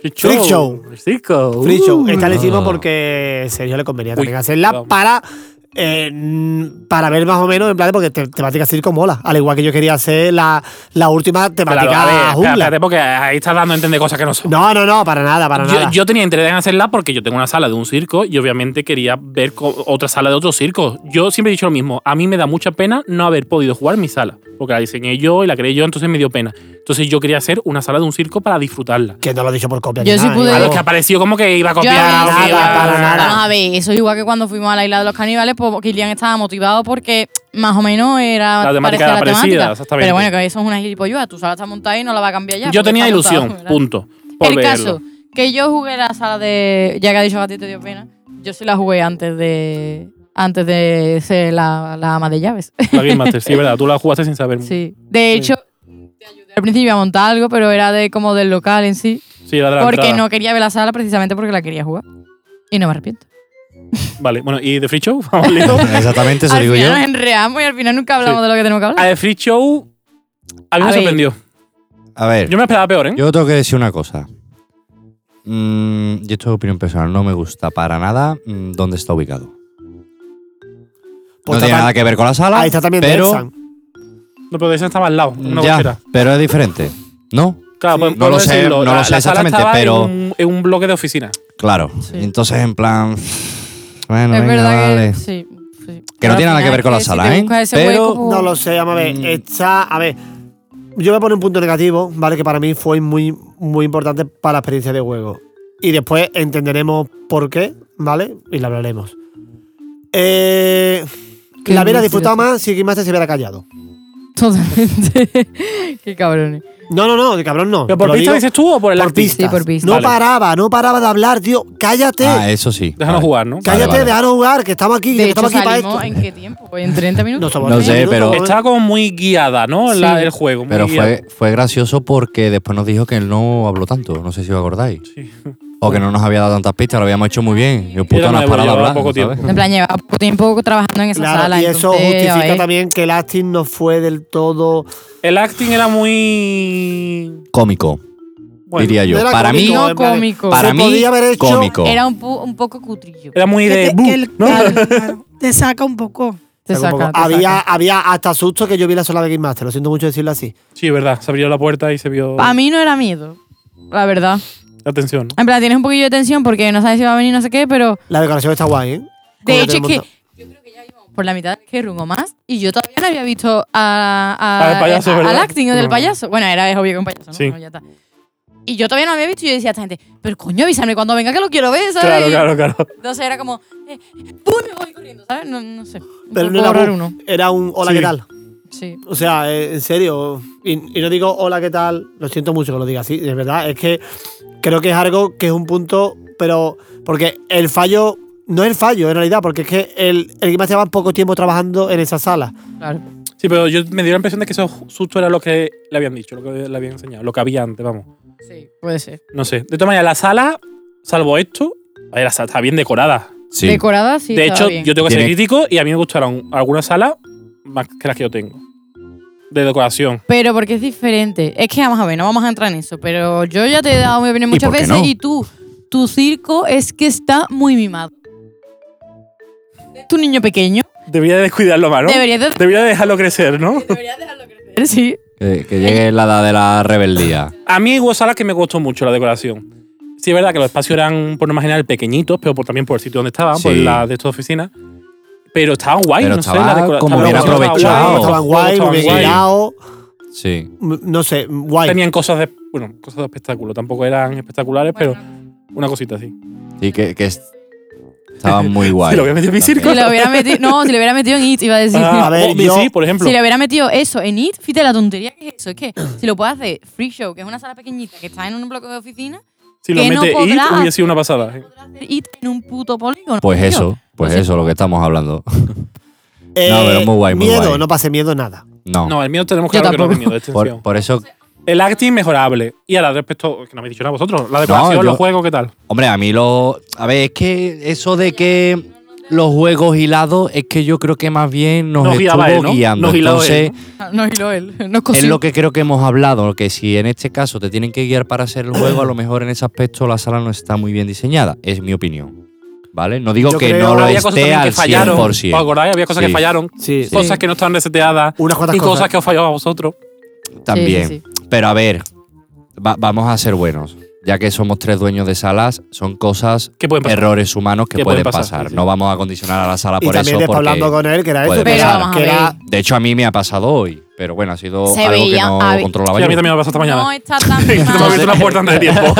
[SPEAKER 8] Freak
[SPEAKER 5] Freak Show.
[SPEAKER 8] Freak Show.
[SPEAKER 5] Free show.
[SPEAKER 8] Uh.
[SPEAKER 5] Esta la hicimos
[SPEAKER 7] Ah.
[SPEAKER 5] porque Sergio le convenía también
[SPEAKER 8] Uy,
[SPEAKER 5] hacerla
[SPEAKER 8] vamos.
[SPEAKER 5] para. eh, mm, para ver más o menos, en plan, porque te- temática circo mola. Al igual que yo quería hacer la, la última
[SPEAKER 8] Claro,
[SPEAKER 5] temática
[SPEAKER 8] a ver,
[SPEAKER 5] jungla.
[SPEAKER 8] espérate, porque ahí estás dando a entender cosas que no son.
[SPEAKER 5] No, no, no, para nada, para
[SPEAKER 8] Yo,
[SPEAKER 5] nada.
[SPEAKER 8] yo tenía interés en hacerla porque yo tengo una sala de un circo y obviamente quería ver co- otra sala de otro circo. Yo siempre he dicho lo mismo, a mí me da mucha pena no haber podido jugar mi sala, porque la diseñé yo y la creé yo, entonces me dio pena. Entonces yo quería hacer una sala de un circo para disfrutarla.
[SPEAKER 5] que no lo he dicho por copia.
[SPEAKER 6] Yo
[SPEAKER 5] ni
[SPEAKER 6] sí
[SPEAKER 5] nada,
[SPEAKER 6] pude-
[SPEAKER 5] ¿eh?
[SPEAKER 8] A
[SPEAKER 6] Pero-
[SPEAKER 8] los que apareció como que iba a copiar
[SPEAKER 5] no,
[SPEAKER 8] algo que
[SPEAKER 5] nada,
[SPEAKER 8] iba-
[SPEAKER 5] para nada.
[SPEAKER 6] Vamos a ver, eso es igual que cuando fuimos a la isla de los caníbales, pues Kilian estaba motivado porque más o menos era
[SPEAKER 8] La temática era
[SPEAKER 6] la
[SPEAKER 8] parecida,
[SPEAKER 6] temática.
[SPEAKER 8] exactamente.
[SPEAKER 6] Pero bueno, que eso es una gilipollas, tu sala está montada y no la va a cambiar ya.
[SPEAKER 8] Yo
[SPEAKER 6] porque
[SPEAKER 8] tenía
[SPEAKER 6] está
[SPEAKER 8] ilusión,
[SPEAKER 6] montada, ¿verdad?
[SPEAKER 8] punto. Por
[SPEAKER 6] El
[SPEAKER 8] verlo.
[SPEAKER 6] caso, que yo jugué la sala de. Ya que ha dicho gatito dio pena, yo sí la jugué antes de. Antes de ser la, la ama de llaves.
[SPEAKER 8] La Game Master, sí, es verdad, tú la jugaste sin saber. Sí,
[SPEAKER 6] sí. De hecho, te ayudé al principio a montar algo, pero era de como del local en sí.
[SPEAKER 8] la de la
[SPEAKER 6] Porque
[SPEAKER 8] entrada.
[SPEAKER 6] no quería ver la sala precisamente porque la quería jugar. Y no me arrepiento.
[SPEAKER 8] Vale, bueno, ¿y The Free Show? Vamos al lío.
[SPEAKER 7] Exactamente, eso
[SPEAKER 6] al
[SPEAKER 7] digo
[SPEAKER 6] final
[SPEAKER 7] yo.
[SPEAKER 6] nos enreamos y al final nunca hablamos
[SPEAKER 8] Sí.
[SPEAKER 6] de lo que tenemos que
[SPEAKER 8] A
[SPEAKER 6] hablar.
[SPEAKER 8] The Free Show a mí
[SPEAKER 6] A
[SPEAKER 8] me
[SPEAKER 6] ver.
[SPEAKER 8] sorprendió.
[SPEAKER 7] A ver,
[SPEAKER 8] Yo me esperaba peor, ¿eh?
[SPEAKER 7] yo tengo que decir una cosa. Mm, y esto es opinión personal. No me gusta para nada mm, dónde está ubicado.
[SPEAKER 5] Pues
[SPEAKER 7] no tiene
[SPEAKER 5] está-
[SPEAKER 7] nada que ver con la sala.
[SPEAKER 5] Ahí está Ah, también
[SPEAKER 7] pero,
[SPEAKER 5] Texan.
[SPEAKER 8] No, pero esa estaba al lado, en una
[SPEAKER 7] Ya,
[SPEAKER 8] cochera.
[SPEAKER 7] pero es diferente. ¿No?
[SPEAKER 8] Claro, pues,
[SPEAKER 7] No lo
[SPEAKER 8] podemos
[SPEAKER 7] sé,
[SPEAKER 8] decirlo.
[SPEAKER 7] no lo
[SPEAKER 8] La-
[SPEAKER 7] sé
[SPEAKER 8] la sala
[SPEAKER 7] exactamente,
[SPEAKER 8] estaba
[SPEAKER 7] pero-
[SPEAKER 8] En un, en un bloque de oficina.
[SPEAKER 7] Claro. Entonces, en plan. Bueno,
[SPEAKER 6] es
[SPEAKER 7] venga,
[SPEAKER 6] verdad
[SPEAKER 7] vale.
[SPEAKER 6] que. Sí, sí.
[SPEAKER 7] Que no
[SPEAKER 6] Al
[SPEAKER 7] tiene nada
[SPEAKER 6] final
[SPEAKER 7] que ver con la
[SPEAKER 6] si
[SPEAKER 7] sala,
[SPEAKER 6] te
[SPEAKER 7] ¿eh?
[SPEAKER 6] buscas ese
[SPEAKER 7] Pero-
[SPEAKER 6] hueco, pues-
[SPEAKER 5] No lo sé, vamos a ver.
[SPEAKER 7] Mm.
[SPEAKER 5] Está, a ver. Yo voy a poner un punto negativo, ¿vale? Que para mí fue muy, muy importante para la experiencia de juego. Y después entenderemos por qué, ¿vale? Y lo hablaremos. Eh,
[SPEAKER 6] Qué
[SPEAKER 5] la hubiera
[SPEAKER 6] dulce
[SPEAKER 5] disfrutado
[SPEAKER 6] eres.
[SPEAKER 5] más si Game Master se hubiera callado.
[SPEAKER 6] Totalmente. Qué cabrones.
[SPEAKER 5] No, no, no, el cabrón no.
[SPEAKER 8] ¿Pero
[SPEAKER 5] Te
[SPEAKER 8] por
[SPEAKER 5] lo
[SPEAKER 8] pista
[SPEAKER 5] digo
[SPEAKER 8] dices tú o por el
[SPEAKER 5] por
[SPEAKER 8] acting?
[SPEAKER 5] pistas.
[SPEAKER 6] Sí, por pistas.
[SPEAKER 5] No
[SPEAKER 8] Vale.
[SPEAKER 5] paraba, no paraba de hablar, tío. Cállate.
[SPEAKER 7] Ah, eso sí.
[SPEAKER 8] Déjanos
[SPEAKER 7] Vale.
[SPEAKER 8] jugar, ¿no?
[SPEAKER 5] cállate,
[SPEAKER 7] vale.
[SPEAKER 5] déjanos jugar, que estamos aquí,
[SPEAKER 6] De
[SPEAKER 5] que
[SPEAKER 6] hecho,
[SPEAKER 5] estamos aquí para esto.
[SPEAKER 6] salimos en qué tiempo? Pues ¿En 30 minutos?
[SPEAKER 5] No somos
[SPEAKER 7] No
[SPEAKER 5] diez
[SPEAKER 7] sé,
[SPEAKER 5] minutos,
[SPEAKER 7] pero-
[SPEAKER 5] ¿eh?
[SPEAKER 8] Estaba como muy guiada, ¿no? La-
[SPEAKER 6] Sí.
[SPEAKER 8] el juego. muy
[SPEAKER 7] Pero
[SPEAKER 8] guiada.
[SPEAKER 7] fue, fue gracioso porque después nos dijo que él no habló tanto. No sé si os acordáis.
[SPEAKER 8] Sí.
[SPEAKER 7] O que no nos había dado tantas pistas, lo habíamos hecho muy bien. Yo puto
[SPEAKER 8] Era
[SPEAKER 7] no has
[SPEAKER 8] nuevo,
[SPEAKER 7] parado de
[SPEAKER 8] llevaba
[SPEAKER 7] hablar.
[SPEAKER 8] poco
[SPEAKER 7] ¿sabes?
[SPEAKER 8] tiempo.
[SPEAKER 6] En plan, llevaba poco tiempo trabajando en esa
[SPEAKER 5] Claro,
[SPEAKER 6] sala.
[SPEAKER 5] y eso
[SPEAKER 6] entonces, a
[SPEAKER 5] justifica
[SPEAKER 6] ver.
[SPEAKER 5] también que el acting no fue del todo.
[SPEAKER 8] El acting era muy.
[SPEAKER 7] Cómico,
[SPEAKER 8] Bueno,
[SPEAKER 7] diría yo.
[SPEAKER 5] no era
[SPEAKER 7] para mí,
[SPEAKER 5] cómico,
[SPEAKER 6] No
[SPEAKER 5] en plan,
[SPEAKER 6] cómico.
[SPEAKER 7] para
[SPEAKER 5] se
[SPEAKER 7] mí,
[SPEAKER 5] podía haber hecho-
[SPEAKER 7] cómico.
[SPEAKER 6] Era un, pu- un poco cutrillo.
[SPEAKER 8] Era muy
[SPEAKER 4] Que
[SPEAKER 8] de.
[SPEAKER 4] te,
[SPEAKER 8] "Bu",
[SPEAKER 4] que el-
[SPEAKER 8] ¿no?
[SPEAKER 4] claro, claro, te saca un poco.
[SPEAKER 6] Te
[SPEAKER 5] Algo
[SPEAKER 6] saca,
[SPEAKER 5] poco-
[SPEAKER 6] te
[SPEAKER 5] había,
[SPEAKER 6] saca.
[SPEAKER 5] había hasta susto que yo vi la sola de Game Master, lo siento mucho decirlo así.
[SPEAKER 8] Sí, es verdad. Se abrió la puerta y se vio
[SPEAKER 6] A mí no era miedo, la verdad.
[SPEAKER 8] la tensión. ¿no?
[SPEAKER 6] En plan, tienes un poquillo de tensión porque no sabes si va a venir no sé qué, pero
[SPEAKER 5] La decoración está guay, ¿eh?
[SPEAKER 6] de
[SPEAKER 5] Como
[SPEAKER 6] hecho es
[SPEAKER 5] tenemos
[SPEAKER 6] que
[SPEAKER 5] ta-
[SPEAKER 6] por la mitad que room o más y yo todavía no había visto a, a-
[SPEAKER 8] Al payaso,
[SPEAKER 6] a-
[SPEAKER 8] ¿verdad?
[SPEAKER 6] al acting del
[SPEAKER 8] No.
[SPEAKER 6] payaso. Bueno, era es obvio que un payaso, ¿no?
[SPEAKER 8] Sí.
[SPEAKER 6] Bueno, ya está. Y yo todavía no había visto y yo decía a esta gente, pero coño, avísame cuando venga que lo quiero ver, ¿sabes?
[SPEAKER 8] Claro,
[SPEAKER 6] Y
[SPEAKER 8] claro, claro.
[SPEAKER 6] Entonces era como, eh, ¡pum! me voy corriendo, ¿sabes? No, no sé. Un
[SPEAKER 5] Pero no
[SPEAKER 6] poco
[SPEAKER 5] era
[SPEAKER 6] raro
[SPEAKER 5] un,
[SPEAKER 6] uno.
[SPEAKER 5] era un hola,
[SPEAKER 8] Sí.
[SPEAKER 5] ¿qué tal?
[SPEAKER 6] Sí.
[SPEAKER 5] O sea, eh, en serio. Y, y no digo hola, ¿qué tal? Lo siento mucho que lo diga así, de verdad. Es que creo que es algo que es un punto, pero. Porque el fallo. No es el fallo, en realidad, porque es que el, el Game Master lleva poco tiempo trabajando en esa sala.
[SPEAKER 6] Claro.
[SPEAKER 8] Sí, pero yo me dio la impresión de que esos sustos era lo que le habían dicho, lo que le habían enseñado, lo que había antes, vamos.
[SPEAKER 6] Sí, puede ser.
[SPEAKER 8] No sé. De todas maneras, la sala, salvo esto, a ver, la sala está bien decorada.
[SPEAKER 7] Sí.
[SPEAKER 6] Decorada, sí.
[SPEAKER 8] de
[SPEAKER 6] estaba
[SPEAKER 8] hecho,
[SPEAKER 6] bien.
[SPEAKER 8] yo tengo que ser
[SPEAKER 7] Tiene-
[SPEAKER 8] crítico y a mí me gustaron algunas salas más que las que yo tengo. De decoración.
[SPEAKER 6] Pero porque es diferente. Es que vamos a ver, no vamos a entrar en eso. Pero yo ya te he dado mi opinión
[SPEAKER 7] ¿Y
[SPEAKER 6] muchas
[SPEAKER 7] por qué
[SPEAKER 6] veces
[SPEAKER 7] no?
[SPEAKER 6] y tú, tu circo es que está muy mimado. Tu niño pequeño
[SPEAKER 8] Debería de descuidarlo más, ¿no?
[SPEAKER 6] deberías de-
[SPEAKER 8] Debería de dejarlo crecer, ¿no?
[SPEAKER 6] deberías dejarlo crecer. Sí.
[SPEAKER 7] Que, Eh, que llegue la edad de la rebeldía.
[SPEAKER 8] A mí hubo salas que me gustó mucho la decoración. Sí, es verdad que los espacios eran, por no general, pequeñitos, pero por, también por el sitio donde estaban, por
[SPEAKER 7] Sí.
[SPEAKER 8] la de estas oficinas. Pero estaban guay,
[SPEAKER 7] Pero
[SPEAKER 8] no sé,
[SPEAKER 7] estaba
[SPEAKER 8] la decoración.
[SPEAKER 7] como bien aprovechado.
[SPEAKER 5] Estaban guay, muy bien guiados,
[SPEAKER 7] Sí.
[SPEAKER 5] m- No sé, guay.
[SPEAKER 8] Tenían cosas de, bueno, cosas de espectáculo. Tampoco eran espectaculares, pero una cosita así.
[SPEAKER 7] Y que, que es- Estaba muy guay.
[SPEAKER 8] Si lo voy a meter en mi circo.
[SPEAKER 6] Si lo hubiera metido, no, si lo hubiera metido en It, iba a decir.
[SPEAKER 5] Ah, a ver,
[SPEAKER 8] O mi
[SPEAKER 5] yo-
[SPEAKER 8] sí, por ejemplo.
[SPEAKER 6] Si le hubiera metido eso en IT, fíjate la tontería que es eso. Es que si lo puedes hacer free show, que es una sala pequeñita que está en un bloque de oficina,
[SPEAKER 8] Si lo
[SPEAKER 6] que no
[SPEAKER 8] mete It,
[SPEAKER 6] podrá.
[SPEAKER 8] hubiera sido una pasada.
[SPEAKER 6] podrás hacer IT en un puto polígono.
[SPEAKER 7] Pues
[SPEAKER 6] tío.
[SPEAKER 7] eso, pues
[SPEAKER 6] Pues
[SPEAKER 7] eso, lo que estamos hablando.
[SPEAKER 5] Eh,
[SPEAKER 7] pero muy guay, muy
[SPEAKER 5] miedo,
[SPEAKER 7] guay.
[SPEAKER 5] no pase miedo nada.
[SPEAKER 7] No.
[SPEAKER 8] No, el mío tenemos
[SPEAKER 6] Yo
[SPEAKER 8] claro que no es
[SPEAKER 6] tampoco.
[SPEAKER 8] miedo. es
[SPEAKER 7] por,
[SPEAKER 8] tensión.
[SPEAKER 7] por eso,
[SPEAKER 8] El acting mejorable. Y ahora, respecto. Que no me habéis dicho nada vosotros. La decoración,
[SPEAKER 7] yo-
[SPEAKER 8] los juegos, ¿qué tal?
[SPEAKER 7] hombre, a mí lo. A ver, es que eso de que los juegos hilados es que yo creo que más bien nos,
[SPEAKER 8] Nos
[SPEAKER 7] estuvo
[SPEAKER 8] guiaba él, ¿no?
[SPEAKER 7] guiando.
[SPEAKER 8] Nos guiaba él,
[SPEAKER 7] Entonces,
[SPEAKER 6] No, y lo él. No
[SPEAKER 7] Es lo que creo que hemos hablado, que si en este caso te tienen que guiar para hacer el juego, a lo mejor en ese aspecto la sala no está muy bien diseñada. Es mi opinión. ¿Vale? No digo
[SPEAKER 5] Yo
[SPEAKER 7] que
[SPEAKER 5] creo-
[SPEAKER 7] no lo
[SPEAKER 8] había cosas
[SPEAKER 7] esté
[SPEAKER 8] también que
[SPEAKER 7] al
[SPEAKER 8] fallaron.
[SPEAKER 7] 100%.
[SPEAKER 8] ¿Os acordáis? Había cosas
[SPEAKER 7] Sí.
[SPEAKER 8] que fallaron.
[SPEAKER 5] Sí,
[SPEAKER 8] Cosas que no estaban reseteadas.
[SPEAKER 5] Unas cuantas
[SPEAKER 8] y cosas
[SPEAKER 5] cosas.
[SPEAKER 8] que os fallaba a vosotros.
[SPEAKER 7] También.
[SPEAKER 6] Sí, sí,
[SPEAKER 7] Pero a ver, va- vamos a ser buenos. Ya que somos tres dueños de salas, son cosas,
[SPEAKER 8] ¿Qué pueden pasar?
[SPEAKER 7] errores humanos que
[SPEAKER 8] Que
[SPEAKER 7] pueden
[SPEAKER 8] pueden
[SPEAKER 7] pasar.
[SPEAKER 8] pasar, sí, sí.
[SPEAKER 7] No vamos a condicionar a la sala
[SPEAKER 5] Y
[SPEAKER 7] Ah, por
[SPEAKER 5] también
[SPEAKER 7] eso.
[SPEAKER 5] después
[SPEAKER 7] porque-
[SPEAKER 5] hablando con él, que era
[SPEAKER 7] puede
[SPEAKER 5] eso, que
[SPEAKER 7] pasar.
[SPEAKER 5] era-
[SPEAKER 7] Pero vamos
[SPEAKER 6] a
[SPEAKER 5] que era
[SPEAKER 6] ver.
[SPEAKER 7] de hecho, a mí me ha pasado hoy. Pero bueno, ha sido
[SPEAKER 6] Se
[SPEAKER 7] algo
[SPEAKER 6] veía-
[SPEAKER 7] que no
[SPEAKER 6] a ver-
[SPEAKER 7] controlaba
[SPEAKER 8] Sí,
[SPEAKER 7] yo.
[SPEAKER 8] a mí también me ha pasado esta
[SPEAKER 6] No
[SPEAKER 8] mañana.
[SPEAKER 6] está tan
[SPEAKER 8] No he
[SPEAKER 6] mimada.
[SPEAKER 8] visto una puerta antes de tiempo.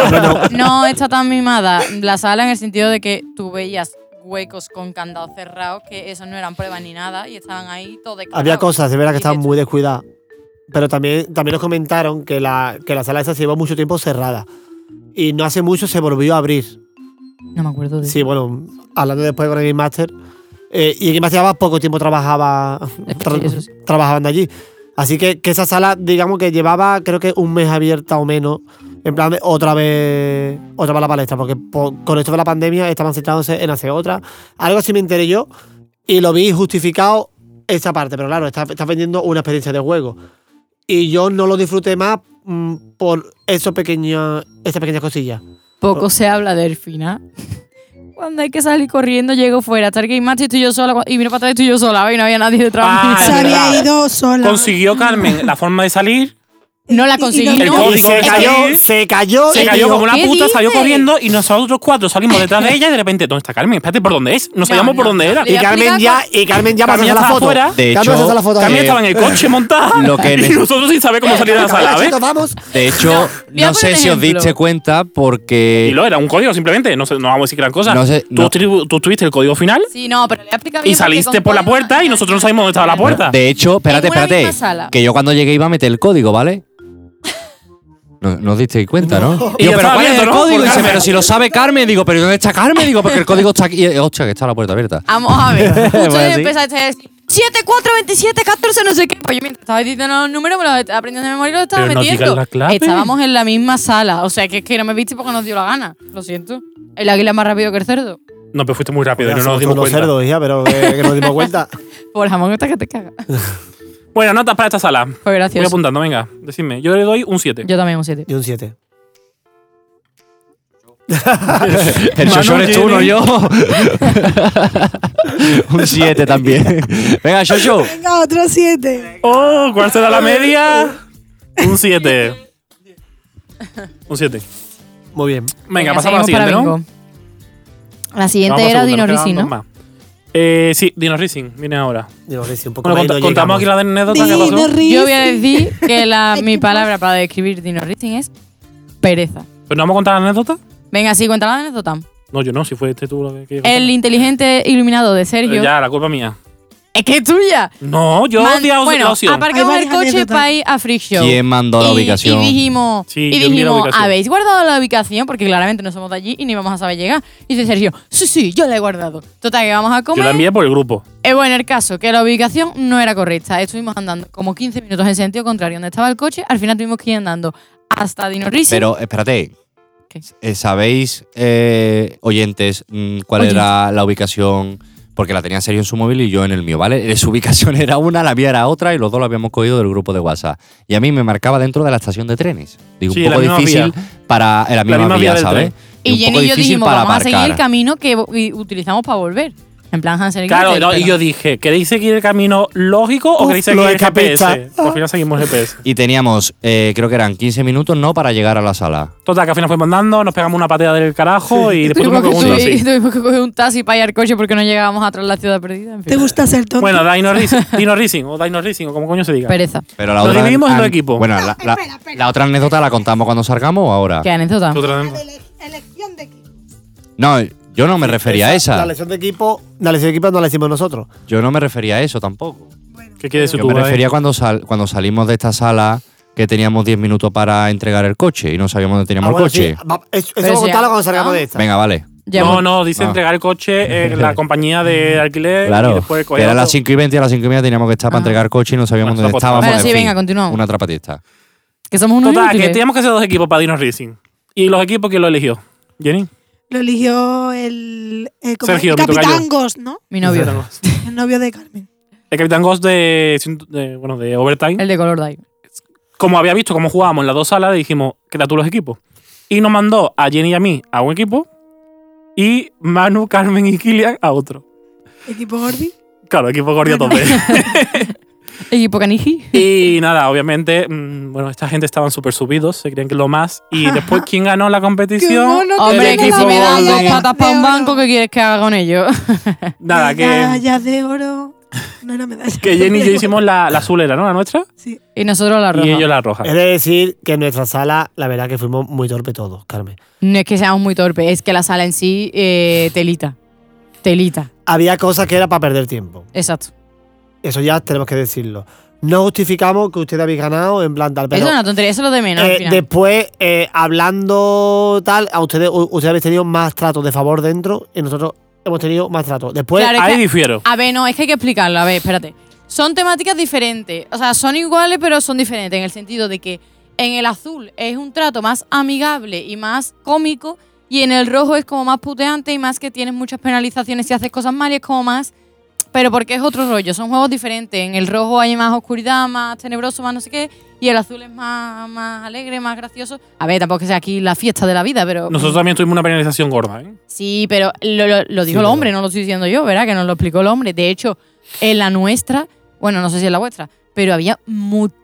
[SPEAKER 6] No está tan mimada la sala en el sentido de que tú veías huecos con candados cerrados, que eso no eran pruebas ni nada, y estaban ahí todo descarado.
[SPEAKER 5] Había cosas de verdad que
[SPEAKER 6] Y
[SPEAKER 5] estaban
[SPEAKER 6] de-
[SPEAKER 5] muy descuidadas. Pero también, también nos comentaron que la, que la sala esa se llevó mucho tiempo cerrada. Y no hace mucho se volvió a abrir.
[SPEAKER 6] No me acuerdo de
[SPEAKER 5] Sí, bueno, hablando después con el Game Master. eh, y el Game Master llevaba poco tiempo trabajaba, tra-
[SPEAKER 6] eso sí.
[SPEAKER 5] trabajando allí. Así que, que esa sala, digamos que llevaba creo que un mes abierta o menos. En plan de otra vez, otra vez la palestra. Porque po- con esto de la pandemia estaban centrándose en hacer otra. Algo así me enteré yo. Y lo vi justificado esa parte. Pero claro, estás está vendiendo una experiencia de juego. Y yo no lo disfruté más mm, por eso pequeña, esas pequeñas cosillas.
[SPEAKER 6] Poco se habla del final. Cuando hay que salir corriendo, llego fuera. Estar Game Match y estoy yo sola. cu- Y miro para atrás y estoy yo sola. Y no había nadie detrás
[SPEAKER 8] Ah,
[SPEAKER 6] mío.
[SPEAKER 4] Se
[SPEAKER 8] es
[SPEAKER 4] había
[SPEAKER 8] verdad.
[SPEAKER 4] ido sola.
[SPEAKER 8] Consiguió Carmen la forma de salir.
[SPEAKER 6] No la
[SPEAKER 4] Y- y
[SPEAKER 6] conseguí.
[SPEAKER 4] no-
[SPEAKER 8] El
[SPEAKER 6] ¿no?
[SPEAKER 8] código
[SPEAKER 5] Y se
[SPEAKER 8] de
[SPEAKER 5] cayó,
[SPEAKER 8] salir.
[SPEAKER 5] se cayó.
[SPEAKER 8] Se
[SPEAKER 5] y
[SPEAKER 8] cayó
[SPEAKER 5] dijo,
[SPEAKER 8] como una
[SPEAKER 6] ¿qué
[SPEAKER 8] puta, salió
[SPEAKER 6] dices?
[SPEAKER 8] corriendo y nosotros cuatro salimos detrás de ella y de repente, ¿dónde está Carmen? Espérate, ¿por dónde es? No sabíamos por
[SPEAKER 6] no,
[SPEAKER 8] dónde
[SPEAKER 6] no,
[SPEAKER 8] era.
[SPEAKER 6] le-
[SPEAKER 5] Y
[SPEAKER 6] Voy a
[SPEAKER 5] Carmen ya,
[SPEAKER 6] aplicar
[SPEAKER 5] y Carmen ya
[SPEAKER 8] Carmen
[SPEAKER 5] pasó
[SPEAKER 8] ya
[SPEAKER 5] a la
[SPEAKER 8] estaba
[SPEAKER 5] foto.
[SPEAKER 8] fuera.
[SPEAKER 7] De
[SPEAKER 5] Carmen
[SPEAKER 7] hecho,
[SPEAKER 5] pasó a la foto.
[SPEAKER 8] Carmen
[SPEAKER 7] Eh,
[SPEAKER 8] estaba en el coche montada
[SPEAKER 7] lo que
[SPEAKER 8] y
[SPEAKER 7] me-
[SPEAKER 8] nosotros sin saber cómo salir de la sala, ¿ves?
[SPEAKER 5] Chito, vamos.
[SPEAKER 7] De hecho,
[SPEAKER 6] voy a
[SPEAKER 7] no sé
[SPEAKER 6] poner
[SPEAKER 7] si os
[SPEAKER 6] ejemplo.
[SPEAKER 7] diste cuenta porque.
[SPEAKER 8] Y lo era un código simplemente, no, sé, no vamos a decir gran cosa.
[SPEAKER 7] No sé,
[SPEAKER 8] tú,
[SPEAKER 7] no.
[SPEAKER 8] tribu- tú tuviste el código final
[SPEAKER 6] Sí, no, pero le he aplicado
[SPEAKER 8] y
[SPEAKER 6] bien porque
[SPEAKER 8] saliste
[SPEAKER 6] con
[SPEAKER 8] por la
[SPEAKER 6] código-
[SPEAKER 8] puerta y nosotros no sabíamos dónde estaba la puerta.
[SPEAKER 7] De hecho, espérate,
[SPEAKER 6] En una
[SPEAKER 7] espérate.
[SPEAKER 6] misma sala.
[SPEAKER 7] Que yo cuando llegué iba a meter el código, ¿vale? No, no os disteis cuenta, ¿no?
[SPEAKER 8] Y
[SPEAKER 7] Digo, pero
[SPEAKER 8] ya estaba
[SPEAKER 7] ¿cuál es el
[SPEAKER 8] abierto, ¿no?
[SPEAKER 7] código? Y
[SPEAKER 8] Por
[SPEAKER 7] dice,
[SPEAKER 8] Carmen.
[SPEAKER 7] pero si lo sabe Carmen, digo, pero ¿dónde está Carmen? Digo, porque el código está aquí. Y, Hostia, que está la puerta abierta.
[SPEAKER 6] Vamos a ver.
[SPEAKER 7] Bueno,
[SPEAKER 6] Ustedes
[SPEAKER 7] sí.
[SPEAKER 6] empezaste a decir 7, 4, 27, 14, no sé qué. Pues yo mientras estaba diciendo los números, me los aprendiendo de memoria y los estaba
[SPEAKER 8] Pero no digas
[SPEAKER 6] metiendo.
[SPEAKER 8] la clave.
[SPEAKER 6] Estábamos en la misma sala. O sea, que es que no me viste porque nos dio la gana. Lo siento. El águila es más rápido que el cerdo.
[SPEAKER 8] No, pero fuiste muy rápido, no nos
[SPEAKER 5] Somos
[SPEAKER 8] dimos
[SPEAKER 5] unos
[SPEAKER 8] cuenta.
[SPEAKER 5] cerdos, hija, pero eh, que, que nos dimos cuenta.
[SPEAKER 6] Por jamón está que te caga.
[SPEAKER 8] Bueno, notas para esta sala.
[SPEAKER 6] Fue
[SPEAKER 8] Voy
[SPEAKER 6] gracioso.
[SPEAKER 8] apuntando, venga, decidme. Yo le doy un 7.
[SPEAKER 6] Yo también un 7.
[SPEAKER 5] Y un 7.
[SPEAKER 7] El
[SPEAKER 8] Manu
[SPEAKER 7] shosho eres tú, no
[SPEAKER 8] Jenny.
[SPEAKER 7] yo. Un 7 también. Venga, shosho.
[SPEAKER 4] Venga, otro siete.
[SPEAKER 8] ¡Oh! ¿Cuál será la media? Un 7. Un 7.
[SPEAKER 5] Muy bien.
[SPEAKER 8] Venga, pasamos a la siguiente, ¿no?
[SPEAKER 6] La siguiente
[SPEAKER 8] Vamos a
[SPEAKER 6] era
[SPEAKER 8] segunda,
[SPEAKER 6] Dino
[SPEAKER 8] nos
[SPEAKER 6] Risi,
[SPEAKER 8] quedan
[SPEAKER 6] ¿no?
[SPEAKER 8] dos más. Eh, sí, Dino Racing, viene ahora.
[SPEAKER 5] Digo, que sí, un poco
[SPEAKER 8] Bueno,
[SPEAKER 5] más y
[SPEAKER 8] cont-
[SPEAKER 5] no
[SPEAKER 8] contamos aquí
[SPEAKER 5] llegamos.
[SPEAKER 8] la anécdota que
[SPEAKER 4] Dino
[SPEAKER 8] pasó.
[SPEAKER 4] Risi.
[SPEAKER 6] Yo voy a decir que la,
[SPEAKER 4] Ay,
[SPEAKER 6] mi
[SPEAKER 4] qué
[SPEAKER 6] palabra para describir Dino Racing es pereza.
[SPEAKER 8] ¿Pero no vamos a contar la anécdota?
[SPEAKER 6] Venga, sí, cuéntala la anécdota.
[SPEAKER 8] No, yo no, si fue este tú lo que querías contar.
[SPEAKER 6] El inteligente iluminado de
[SPEAKER 8] Eh,
[SPEAKER 6] Sergio.
[SPEAKER 8] Ya, la culpa mía.
[SPEAKER 6] Es que es tuya.
[SPEAKER 8] No, yo
[SPEAKER 6] Man-
[SPEAKER 8] odiaba la
[SPEAKER 6] bueno,
[SPEAKER 8] opción.
[SPEAKER 6] aparcamos
[SPEAKER 4] Hay
[SPEAKER 6] el
[SPEAKER 4] varias
[SPEAKER 6] coche
[SPEAKER 4] anécdotas.
[SPEAKER 6] para ir a Freak Show.
[SPEAKER 7] ¿Quién mandó la
[SPEAKER 6] Y-
[SPEAKER 7] ubicación?
[SPEAKER 6] Y dijimos,
[SPEAKER 8] Sí,
[SPEAKER 6] y
[SPEAKER 8] yo envié la
[SPEAKER 6] dijimos
[SPEAKER 8] ubicación.
[SPEAKER 6] ¿habéis guardado la ubicación? Porque claramente no somos de allí y ni vamos a saber llegar. Y dice Sergio, sí, sí, yo la he guardado. Total, que vamos a
[SPEAKER 8] Yo
[SPEAKER 6] comer.
[SPEAKER 8] la envié por el grupo.
[SPEAKER 6] Eh, bueno, el caso, que la ubicación no era correcta. Estuvimos andando como 15 minutos en sentido contrario donde estaba el coche. Al final tuvimos que ir andando hasta Dino Risi.
[SPEAKER 7] Pero espérate.
[SPEAKER 6] ¿Qué?
[SPEAKER 7] Eh, ¿Sabéis, eh, oyentes, mm, cuál
[SPEAKER 6] Oyentes.
[SPEAKER 7] era la ubicación? Porque la tenía Sergio en su móvil y yo en el mío, ¿vale? Eh, Su ubicación era una, la mía era otra y los dos lo habíamos cogido del grupo de WhatsApp. Y a mí me marcaba dentro de la estación de trenes. Digo,
[SPEAKER 8] Sí,
[SPEAKER 7] un
[SPEAKER 8] en la
[SPEAKER 7] poco
[SPEAKER 8] misma
[SPEAKER 7] difícil para. En la misma,
[SPEAKER 8] misma vía
[SPEAKER 7] vía,
[SPEAKER 8] del
[SPEAKER 7] ¿sabes?
[SPEAKER 6] y
[SPEAKER 7] un
[SPEAKER 6] Jenny
[SPEAKER 7] poco
[SPEAKER 6] y yo
[SPEAKER 7] difícil
[SPEAKER 6] dijimos,
[SPEAKER 7] para
[SPEAKER 6] vamos a seguir el
[SPEAKER 7] aparcar.
[SPEAKER 6] camino que vo- y utilizamos para volver. En plan Hansel y
[SPEAKER 8] Claro,
[SPEAKER 6] Gretel,
[SPEAKER 8] no, y
[SPEAKER 6] pero-
[SPEAKER 8] yo dije, ¿queréis seguir el camino lógico o
[SPEAKER 5] Uf,
[SPEAKER 8] queréis
[SPEAKER 5] lo
[SPEAKER 8] seguir el
[SPEAKER 5] escapista.
[SPEAKER 8] GPS? Al final seguimos el GPS.
[SPEAKER 7] Y teníamos, eh, creo que eran 15 minutos, ¿no? Para llegar a la sala.
[SPEAKER 8] Total, que al final fuimos andando, nos pegamos una pateada del carajo y después
[SPEAKER 6] Tuvimos
[SPEAKER 8] tuvimos
[SPEAKER 6] que,
[SPEAKER 8] que conducir
[SPEAKER 6] subir-
[SPEAKER 8] así.
[SPEAKER 6] tuvimos que coger un taxi para ir al coche porque no llegábamos atrás de la ciudad perdida. En fin.
[SPEAKER 4] ¿Te gusta ser tonto?
[SPEAKER 8] Bueno, Dino Racing, Dino Racing o Dino Racing o como coño se diga.
[SPEAKER 6] Pereza.
[SPEAKER 7] Pero la
[SPEAKER 8] Lo
[SPEAKER 7] otra.
[SPEAKER 8] dividimos en
[SPEAKER 7] an-
[SPEAKER 8] dos equipos.
[SPEAKER 7] Bueno, la, la- la otra anécdota la contamos cuando salgamos o ahora.
[SPEAKER 6] ¿Qué anécdota?
[SPEAKER 8] Otra vez.
[SPEAKER 4] Elección de equipo.
[SPEAKER 7] No, Yo no me refería a esa.
[SPEAKER 5] La lección de equipo, la lección de equipo no la hicimos nosotros.
[SPEAKER 7] Yo no me refería a eso tampoco.
[SPEAKER 8] ¿Qué quieres
[SPEAKER 7] Yo
[SPEAKER 8] tú?
[SPEAKER 7] me
[SPEAKER 8] Baem?
[SPEAKER 7] refería cuando, sal- cuando salimos de esta sala que teníamos 10 minutos para entregar el coche y no sabíamos dónde
[SPEAKER 5] Ah,
[SPEAKER 7] teníamos el
[SPEAKER 5] bueno, sí,
[SPEAKER 7] coche.
[SPEAKER 5] va- eso eso
[SPEAKER 6] Pero
[SPEAKER 5] vamos a
[SPEAKER 6] si
[SPEAKER 5] contarlo
[SPEAKER 6] ya-
[SPEAKER 5] cuando salgamos
[SPEAKER 6] ah.
[SPEAKER 5] de esta.
[SPEAKER 7] Venga, vale.
[SPEAKER 6] Ya
[SPEAKER 8] no,
[SPEAKER 6] hemos-
[SPEAKER 8] no, dice
[SPEAKER 7] Ah.
[SPEAKER 8] entregar el coche en la compañía de alquiler Eh, y
[SPEAKER 7] Claro.
[SPEAKER 8] después
[SPEAKER 7] que
[SPEAKER 8] coger
[SPEAKER 7] era a las
[SPEAKER 8] otro.
[SPEAKER 7] 5 y 20 y a las 5 y media teníamos que estar para
[SPEAKER 6] Ajá.
[SPEAKER 7] entregar coche y no sabíamos
[SPEAKER 8] Bueno,
[SPEAKER 7] dónde
[SPEAKER 8] pues,
[SPEAKER 7] estábamos.
[SPEAKER 6] Bueno,
[SPEAKER 7] en
[SPEAKER 6] sí,
[SPEAKER 7] fin,
[SPEAKER 6] venga, continuamos.
[SPEAKER 7] Una trapatista.
[SPEAKER 6] Que somos unos
[SPEAKER 8] Total, que
[SPEAKER 6] inútiles.
[SPEAKER 8] teníamos que hacer dos equipos para Dinos Racing. ¿Y los equipos quién lo eligió? ¿Jenny?
[SPEAKER 4] Lo eligió el, el, como
[SPEAKER 8] Sergio,
[SPEAKER 4] el
[SPEAKER 8] mi
[SPEAKER 4] Capitán
[SPEAKER 8] tocayo.
[SPEAKER 4] Ghost, ¿no?
[SPEAKER 6] Mi novio.
[SPEAKER 4] El novio de Carmen.
[SPEAKER 8] El Capitán Ghost de, de- bueno, de Overtime.
[SPEAKER 6] El de color dye.
[SPEAKER 8] Como había visto cómo jugábamos en las dos salas, dijimos, crea tú los equipos. Y nos mandó a Jenny y a mí a un equipo y Manu, Carmen y Kilian a otro.
[SPEAKER 4] Equipo Gordi.
[SPEAKER 8] Claro, equipo corrió a tope.
[SPEAKER 6] Equipo Canigi.
[SPEAKER 8] y nada, obviamente, mm, bueno, esta gente estaban súper subidos, se creían que es lo más. Y después, ¿quién ganó la competición?
[SPEAKER 4] mono,
[SPEAKER 6] Hombre,
[SPEAKER 8] El
[SPEAKER 6] que si
[SPEAKER 8] equipo
[SPEAKER 6] me dan dos
[SPEAKER 8] de-
[SPEAKER 6] patas para un
[SPEAKER 4] de oro.
[SPEAKER 6] banco, ¿qué quieres que haga con ello?
[SPEAKER 8] Nada, que,
[SPEAKER 4] Medallas de oro. No era medalla.
[SPEAKER 8] que Jenny y yo hicimos la, la azulera, ¿no? La nuestra.
[SPEAKER 4] Sí.
[SPEAKER 6] y nosotros la roja.
[SPEAKER 8] Y ellos la roja.
[SPEAKER 5] Es de decir que en nuestra sala, la verdad que fuimos muy torpe todos, Carmen.
[SPEAKER 6] No es que seamos muy torpes, es que la sala en sí, eh, telita. Telita,
[SPEAKER 5] Había cosas que era para perder tiempo.
[SPEAKER 6] exacto.
[SPEAKER 5] Eso ya tenemos que decirlo. No justificamos que ustedes habéis ganado en plan tal, pero
[SPEAKER 6] eso es una tontería, eso es lo de menos. al
[SPEAKER 5] eh,
[SPEAKER 6] final.
[SPEAKER 5] después, eh, hablando tal, a ustedes, u- ustedes habéis tenido más tratos de favor dentro y nosotros hemos tenido más tratos. Después,
[SPEAKER 6] Claro, es
[SPEAKER 8] Ahí
[SPEAKER 6] que-
[SPEAKER 8] difiero.
[SPEAKER 6] A ver, no, es que hay que explicarlo. A ver, espérate. Son temáticas diferentes. O sea, son iguales, pero son diferentes en el sentido de que en el azul es un trato más amigable y más cómico. Y en el rojo es como más puteante y más que tienes muchas penalizaciones si haces cosas mal y es como más. Pero porque es otro rollo, son juegos diferentes. En el rojo hay más oscuridad, más tenebroso, más no sé qué. Y el azul es más, más alegre, más gracioso. A ver, tampoco que sea aquí la fiesta de la vida, pero.
[SPEAKER 8] Nosotros también tuvimos una penalización gorda, ¿eh?
[SPEAKER 6] Sí, pero lo, lo- lo dijo el
[SPEAKER 5] pero-
[SPEAKER 6] hombre, no lo estoy diciendo yo, ¿verdad? Que nos lo explicó el hombre. De hecho, en la nuestra, bueno, no sé si en la vuestra, pero había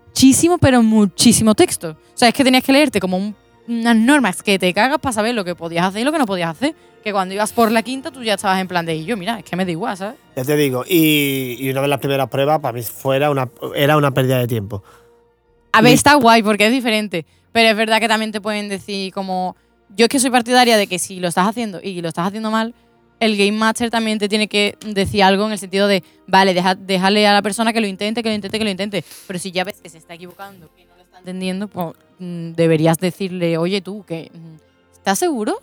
[SPEAKER 6] muchísimo, pero muchísimo texto. O sea, es que tenías que leerte como un- unas normas que te cagas para saber lo que podías hacer y lo que no podías hacer. Que cuando ibas por la quinta, tú ya estabas en plan de, y yo, mira, es que me da igual, ¿sabes?
[SPEAKER 5] ya te digo, y, y una de las primeras pruebas para mí fuera una, era una pérdida de tiempo.
[SPEAKER 6] A ver, está guay porque es diferente. Pero es verdad que también te pueden decir como... Yo es que soy partidaria de que si lo estás haciendo y lo estás haciendo mal, el Game Master también te tiene que decir algo en el sentido de, vale, deja, déjale a la persona que lo intente, que lo intente, que lo intente. Pero si ya ves que se está equivocando, que no lo está entendiendo, pues mm, deberías decirle, oye tú, que... mm, ¿Estás seguro?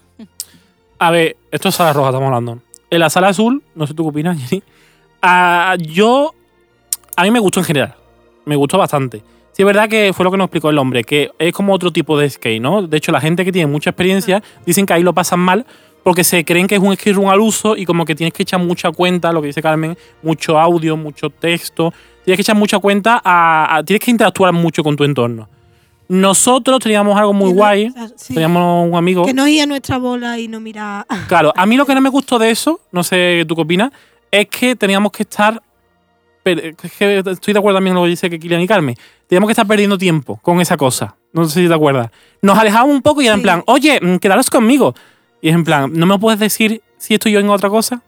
[SPEAKER 8] A ver, esto es sala roja, estamos hablando. En la sala azul, no sé tú qué opinas, Jenny. ah, yo. A mí me gustó en general. Me gustó bastante. Sí, es verdad que fue lo que nos explicó el hombre, que es como otro tipo de skate, ¿no? De hecho, la gente que tiene mucha experiencia dicen que ahí lo pasan mal porque se creen que es un skate room al uso y como que tienes que echar mucha cuenta, lo que dice Carmen, mucho audio, mucho texto. Tienes que echar mucha cuenta, a- a- tienes que interactuar mucho con tu entorno. Nosotros teníamos algo muy
[SPEAKER 4] Que no-
[SPEAKER 8] guay. ¿eh?
[SPEAKER 4] o sea, sí.
[SPEAKER 8] Teníamos un amigo.
[SPEAKER 4] Que no oía nuestra bola y no mira.
[SPEAKER 8] Claro, a mí lo que no me gustó de eso, no sé tú qué opinas, es que teníamos que estar. per- es que estoy de acuerdo también con lo que dice que Kilian y Carmen. Teníamos que estar perdiendo tiempo con esa cosa. No sé si te acuerdas. Nos alejábamos un poco y era en
[SPEAKER 4] Sí.
[SPEAKER 8] plan, oye, mm, quedaros conmigo. Y es en plan, ¿no me puedes decir si estoy yo en otra cosa?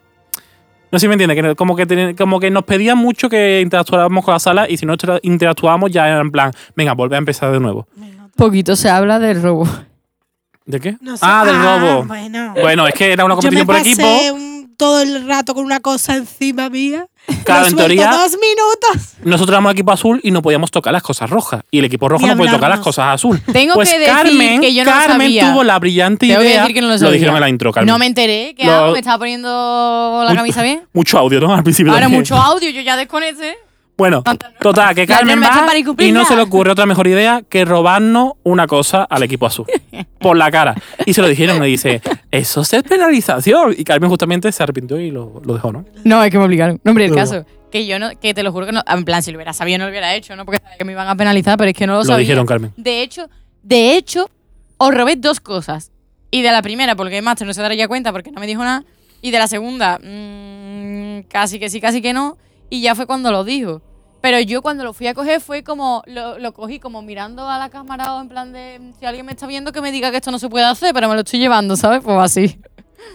[SPEAKER 8] No sé si me entiendes, que no- como que, ten- como que nos pedían mucho que interactuáramos con la sala y si no tra- interactuábamos ya era en plan, venga, volver a empezar de nuevo.
[SPEAKER 6] Poquito se habla del robo.
[SPEAKER 8] ¿De qué?
[SPEAKER 4] No sé.
[SPEAKER 8] Ah, del robo. Bueno.
[SPEAKER 4] Bueno.
[SPEAKER 8] es que era una
[SPEAKER 4] Yo
[SPEAKER 8] competición
[SPEAKER 4] me
[SPEAKER 8] por equipo.
[SPEAKER 4] pasé un- todo el rato con una cosa encima mía.
[SPEAKER 8] Claro,
[SPEAKER 4] Lo
[SPEAKER 8] en
[SPEAKER 4] suelto
[SPEAKER 8] teoría-
[SPEAKER 4] Dos minutos.
[SPEAKER 8] Nosotros éramos equipo azul y no podíamos tocar las cosas rojas. Y el equipo rojo
[SPEAKER 4] Ni
[SPEAKER 8] no puede tocar las
[SPEAKER 4] hablarnos.
[SPEAKER 8] cosas azul.
[SPEAKER 6] Tengo
[SPEAKER 8] pues
[SPEAKER 6] que decir
[SPEAKER 8] Carmen,
[SPEAKER 6] que yo no lo
[SPEAKER 8] Carmen
[SPEAKER 6] sabía.
[SPEAKER 8] tuvo la brillante
[SPEAKER 6] Tengo que
[SPEAKER 8] idea.
[SPEAKER 6] decir que no lo sabía.
[SPEAKER 8] dijeron en la intro, Carmen.
[SPEAKER 6] No me enteré. ¿Qué
[SPEAKER 8] Lo-
[SPEAKER 6] hago? ¿Me estaba poniendo la camisa bien?
[SPEAKER 8] Mucho audio, ¿no? Al principio.
[SPEAKER 6] Ahora
[SPEAKER 8] también.
[SPEAKER 6] mucho audio, yo ya desconecté.
[SPEAKER 8] Bueno, total, que
[SPEAKER 6] La
[SPEAKER 8] Carmen
[SPEAKER 6] norma está
[SPEAKER 8] va
[SPEAKER 6] para
[SPEAKER 8] y no
[SPEAKER 6] incumplirla.
[SPEAKER 8] se le ocurre otra mejor idea que robarnos una cosa al equipo azul. por la cara. Y se lo dijeron y dice, eso es penalización. Y Carmen justamente se arrepintió y lo, lo dejó, ¿no?
[SPEAKER 6] No, es que me obligaron. No, hombre, el
[SPEAKER 5] No.
[SPEAKER 6] caso. Que yo no, que te lo juro que no. En plan, si lo hubiera sabido, no lo hubiera hecho, ¿no? Porque sabía que me iban a penalizar, pero es que no lo,
[SPEAKER 8] Lo
[SPEAKER 6] sabía.
[SPEAKER 8] dijeron, Carmen.
[SPEAKER 6] De hecho, de hecho, os robé dos cosas. Y de la primera, porque el Master no se daría cuenta porque no me dijo nada. Y de la segunda, mm, casi que sí, casi que no. Y ya fue cuando lo dijo. Pero yo cuando lo fui a coger fue como, lo, lo cogí como mirando a la cámara o en plan de, si alguien me está viendo que me diga que esto no se puede hacer, pero me lo estoy llevando, ¿sabes? Pues así.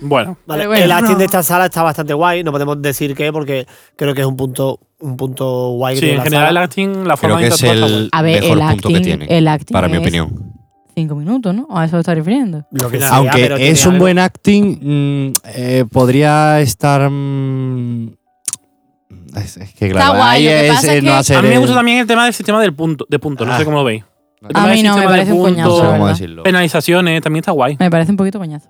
[SPEAKER 8] Bueno.
[SPEAKER 5] Vale,
[SPEAKER 6] Pero bueno,
[SPEAKER 5] el acting
[SPEAKER 4] no.
[SPEAKER 5] de esta sala está bastante guay, no podemos decir qué porque creo que es un punto un punto guay que
[SPEAKER 8] Sí,
[SPEAKER 5] tiene
[SPEAKER 8] en
[SPEAKER 5] la
[SPEAKER 8] general el
[SPEAKER 5] sala.
[SPEAKER 8] acting, la
[SPEAKER 7] Creo
[SPEAKER 8] forma
[SPEAKER 7] que
[SPEAKER 8] de
[SPEAKER 7] es
[SPEAKER 8] interactuar está guay.
[SPEAKER 7] el
[SPEAKER 6] A ver,
[SPEAKER 7] mejor
[SPEAKER 6] el
[SPEAKER 7] punto que
[SPEAKER 6] acting-
[SPEAKER 7] tiene.
[SPEAKER 6] el acting
[SPEAKER 7] para mi
[SPEAKER 6] es-
[SPEAKER 7] opinión.
[SPEAKER 6] cinco minutos, ¿no? A eso te estás refiriendo.
[SPEAKER 5] Lo que sea,
[SPEAKER 7] Aunque
[SPEAKER 5] pero tiene
[SPEAKER 7] es un
[SPEAKER 5] algo.
[SPEAKER 7] buen acting, mm, eh, podría estar. mm, es, es que claro,
[SPEAKER 6] guay,
[SPEAKER 7] ahí
[SPEAKER 6] lo que
[SPEAKER 7] es-
[SPEAKER 6] pasa es
[SPEAKER 7] eh, no
[SPEAKER 6] que-
[SPEAKER 7] hacer
[SPEAKER 8] A mí me
[SPEAKER 7] el-
[SPEAKER 8] gusta también el tema del sistema del punto, de puntos, no
[SPEAKER 7] Ah.
[SPEAKER 8] sé cómo lo veis. El tema
[SPEAKER 6] A
[SPEAKER 8] del
[SPEAKER 6] mí no, me
[SPEAKER 8] sistema de
[SPEAKER 6] parece un
[SPEAKER 7] No
[SPEAKER 6] coñazo,
[SPEAKER 7] sé
[SPEAKER 6] la
[SPEAKER 7] cómo
[SPEAKER 6] verdad.
[SPEAKER 7] decirlo.
[SPEAKER 8] Penalizaciones, también está guay.
[SPEAKER 6] Me parece un poquito coñazo.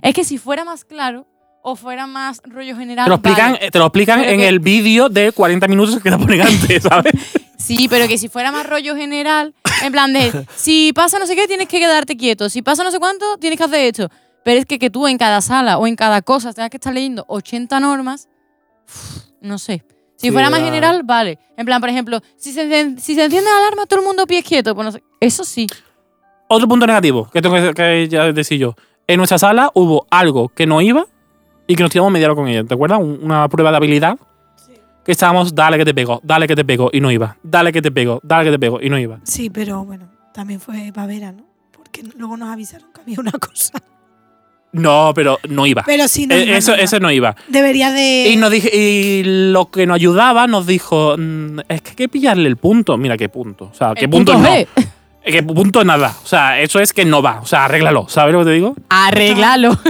[SPEAKER 6] Es que si fuera más claro o fuera más rollo general.
[SPEAKER 8] Te lo explican,
[SPEAKER 6] Ah, vale.
[SPEAKER 8] eh, te lo explican
[SPEAKER 6] Pero
[SPEAKER 8] en
[SPEAKER 6] que-
[SPEAKER 8] el vídeo de 40 minutos que te ponen antes, ¿sabes?
[SPEAKER 6] Sí, pero que si fuera más rollo general, en plan de si pasa no sé qué, tienes que quedarte quieto. Si pasa no sé cuánto, tienes que hacer esto. Pero es que que tú en cada sala o en cada cosa tengas que estar leyendo 80 normas, uf, no sé. Si
[SPEAKER 5] Sí,
[SPEAKER 6] fuera más
[SPEAKER 5] ah.
[SPEAKER 6] general, vale. En plan, por ejemplo, si se, encien- si se enciende la alarma, todo el mundo pies quieto. Pues no sé. Eso sí.
[SPEAKER 8] Otro punto negativo que tengo que, que ya decir yo. En nuestra sala hubo algo que no iba y que nos tiramos media hora con ella. ¿Te acuerdas? Un- Una prueba de habilidad. Que estábamos, dale que te pego, dale que te pego y no iba. Dale que te pego, dale que te pego y no iba.
[SPEAKER 4] Sí, pero bueno, también fue Pavera, ¿no? Porque luego nos avisaron que había una cosa.
[SPEAKER 8] No, pero no iba.
[SPEAKER 4] Pero sí, no.
[SPEAKER 8] Eh,
[SPEAKER 4] iba,
[SPEAKER 8] eso,
[SPEAKER 4] no iba.
[SPEAKER 8] eso no iba.
[SPEAKER 4] Debería de.
[SPEAKER 8] Y, nos dije, y lo que nos ayudaba nos dijo, mm, es que hay que pillarle el punto. Mira qué punto. O sea, qué
[SPEAKER 6] El
[SPEAKER 8] punto, no.
[SPEAKER 6] G.
[SPEAKER 8] Eh, Que punto nada. O sea, eso es que no va. O sea, arréglalo. ¿Sabes lo que te digo?
[SPEAKER 6] Arréglalo.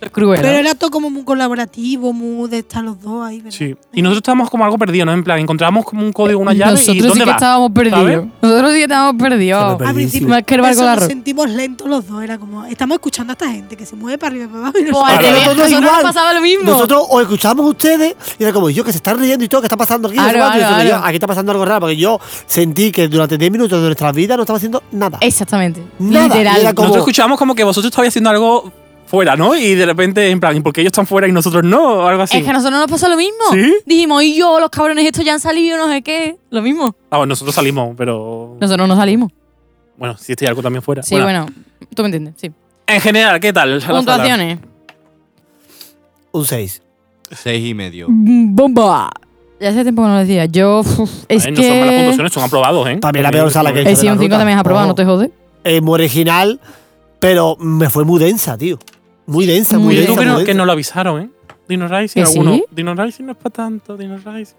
[SPEAKER 6] Es cruel. ¿eh?
[SPEAKER 4] pero
[SPEAKER 6] ¿no?
[SPEAKER 4] era todo como muy colaborativo, muy de estar los dos ahí, ¿verdad?
[SPEAKER 8] Y nosotros estábamos como algo perdidos, ¿no? En plan, encontramos como un código, una llave
[SPEAKER 6] Nosotros
[SPEAKER 8] y ¿dónde
[SPEAKER 6] sí que
[SPEAKER 8] va?
[SPEAKER 6] estábamos perdidos.
[SPEAKER 8] ¿Sabes?
[SPEAKER 6] Nosotros sí que estábamos perdidos. Ah,
[SPEAKER 4] Al principio.
[SPEAKER 6] Más que el barco
[SPEAKER 4] eso
[SPEAKER 6] de
[SPEAKER 4] nos
[SPEAKER 6] arroz.
[SPEAKER 4] sentimos lentos los dos. Era como, estamos escuchando a esta gente que se mueve para arriba y para abajo. Y
[SPEAKER 6] Pues,
[SPEAKER 4] nosotros-
[SPEAKER 6] te veas,
[SPEAKER 8] Claro.
[SPEAKER 5] Nosotros
[SPEAKER 6] nosotros nos
[SPEAKER 5] igual.
[SPEAKER 6] pasaba lo mismo.
[SPEAKER 5] Nosotros os escuchamos a ustedes y era como yo que se están riendo y todo, que está pasando aquí. no sé
[SPEAKER 6] Claro,
[SPEAKER 5] cuánto, y
[SPEAKER 6] claro,
[SPEAKER 5] diciendo,
[SPEAKER 6] claro.
[SPEAKER 5] yo, aquí está pasando algo raro, porque yo sentí que durante 10 minutos de nuestras vidas no estaba haciendo nada.
[SPEAKER 6] Exactamente.
[SPEAKER 5] Nada,
[SPEAKER 6] Literal.
[SPEAKER 5] era como-
[SPEAKER 8] Nosotros escuchábamos como que vosotros estabais haciendo algo fuera, ¿no? Y de repente, en plan, ¿y por qué ellos están fuera y nosotros no? O algo así.
[SPEAKER 6] Es que a nosotros nos pasó lo mismo.
[SPEAKER 8] ¿Sí?
[SPEAKER 6] Dijimos, y yo, los cabrones estos ya han salido, no sé qué. Lo mismo.
[SPEAKER 8] Ah, bueno, nosotros salimos, pero...
[SPEAKER 6] Nosotros no salimos.
[SPEAKER 8] Bueno, si estoy algo también fuera.
[SPEAKER 6] Sí, bueno. Tú me entiendes, sí.
[SPEAKER 8] En general, ¿qué tal? la sala?
[SPEAKER 6] Puntuaciones.
[SPEAKER 5] Un 6.
[SPEAKER 7] Seis y medio.
[SPEAKER 6] Mm, ¡Bomba! Ya hace tiempo que no lo decía. Yo, uf,
[SPEAKER 8] Ay,
[SPEAKER 6] es
[SPEAKER 8] no son malas
[SPEAKER 6] que...
[SPEAKER 8] puntuaciones, son aprobados, ¿eh?
[SPEAKER 5] También la peor sala que he hecho.
[SPEAKER 6] Eh, sí,
[SPEAKER 5] de la
[SPEAKER 6] un 5
[SPEAKER 5] ruta.
[SPEAKER 6] también has aprobado,
[SPEAKER 5] Ojo.
[SPEAKER 6] no te jodes.
[SPEAKER 5] Eh, muy original, pero me fue muy densa, tío. Muy densa, muy,
[SPEAKER 6] Muy
[SPEAKER 8] Oye,
[SPEAKER 5] densa.
[SPEAKER 8] tú que
[SPEAKER 5] muy
[SPEAKER 8] no,
[SPEAKER 5] densa.
[SPEAKER 8] que no lo avisaron, ¿eh? Dino Rising,
[SPEAKER 6] ¿Que sí?
[SPEAKER 8] alguno. Dino Rising no es para tanto, Dino Rising.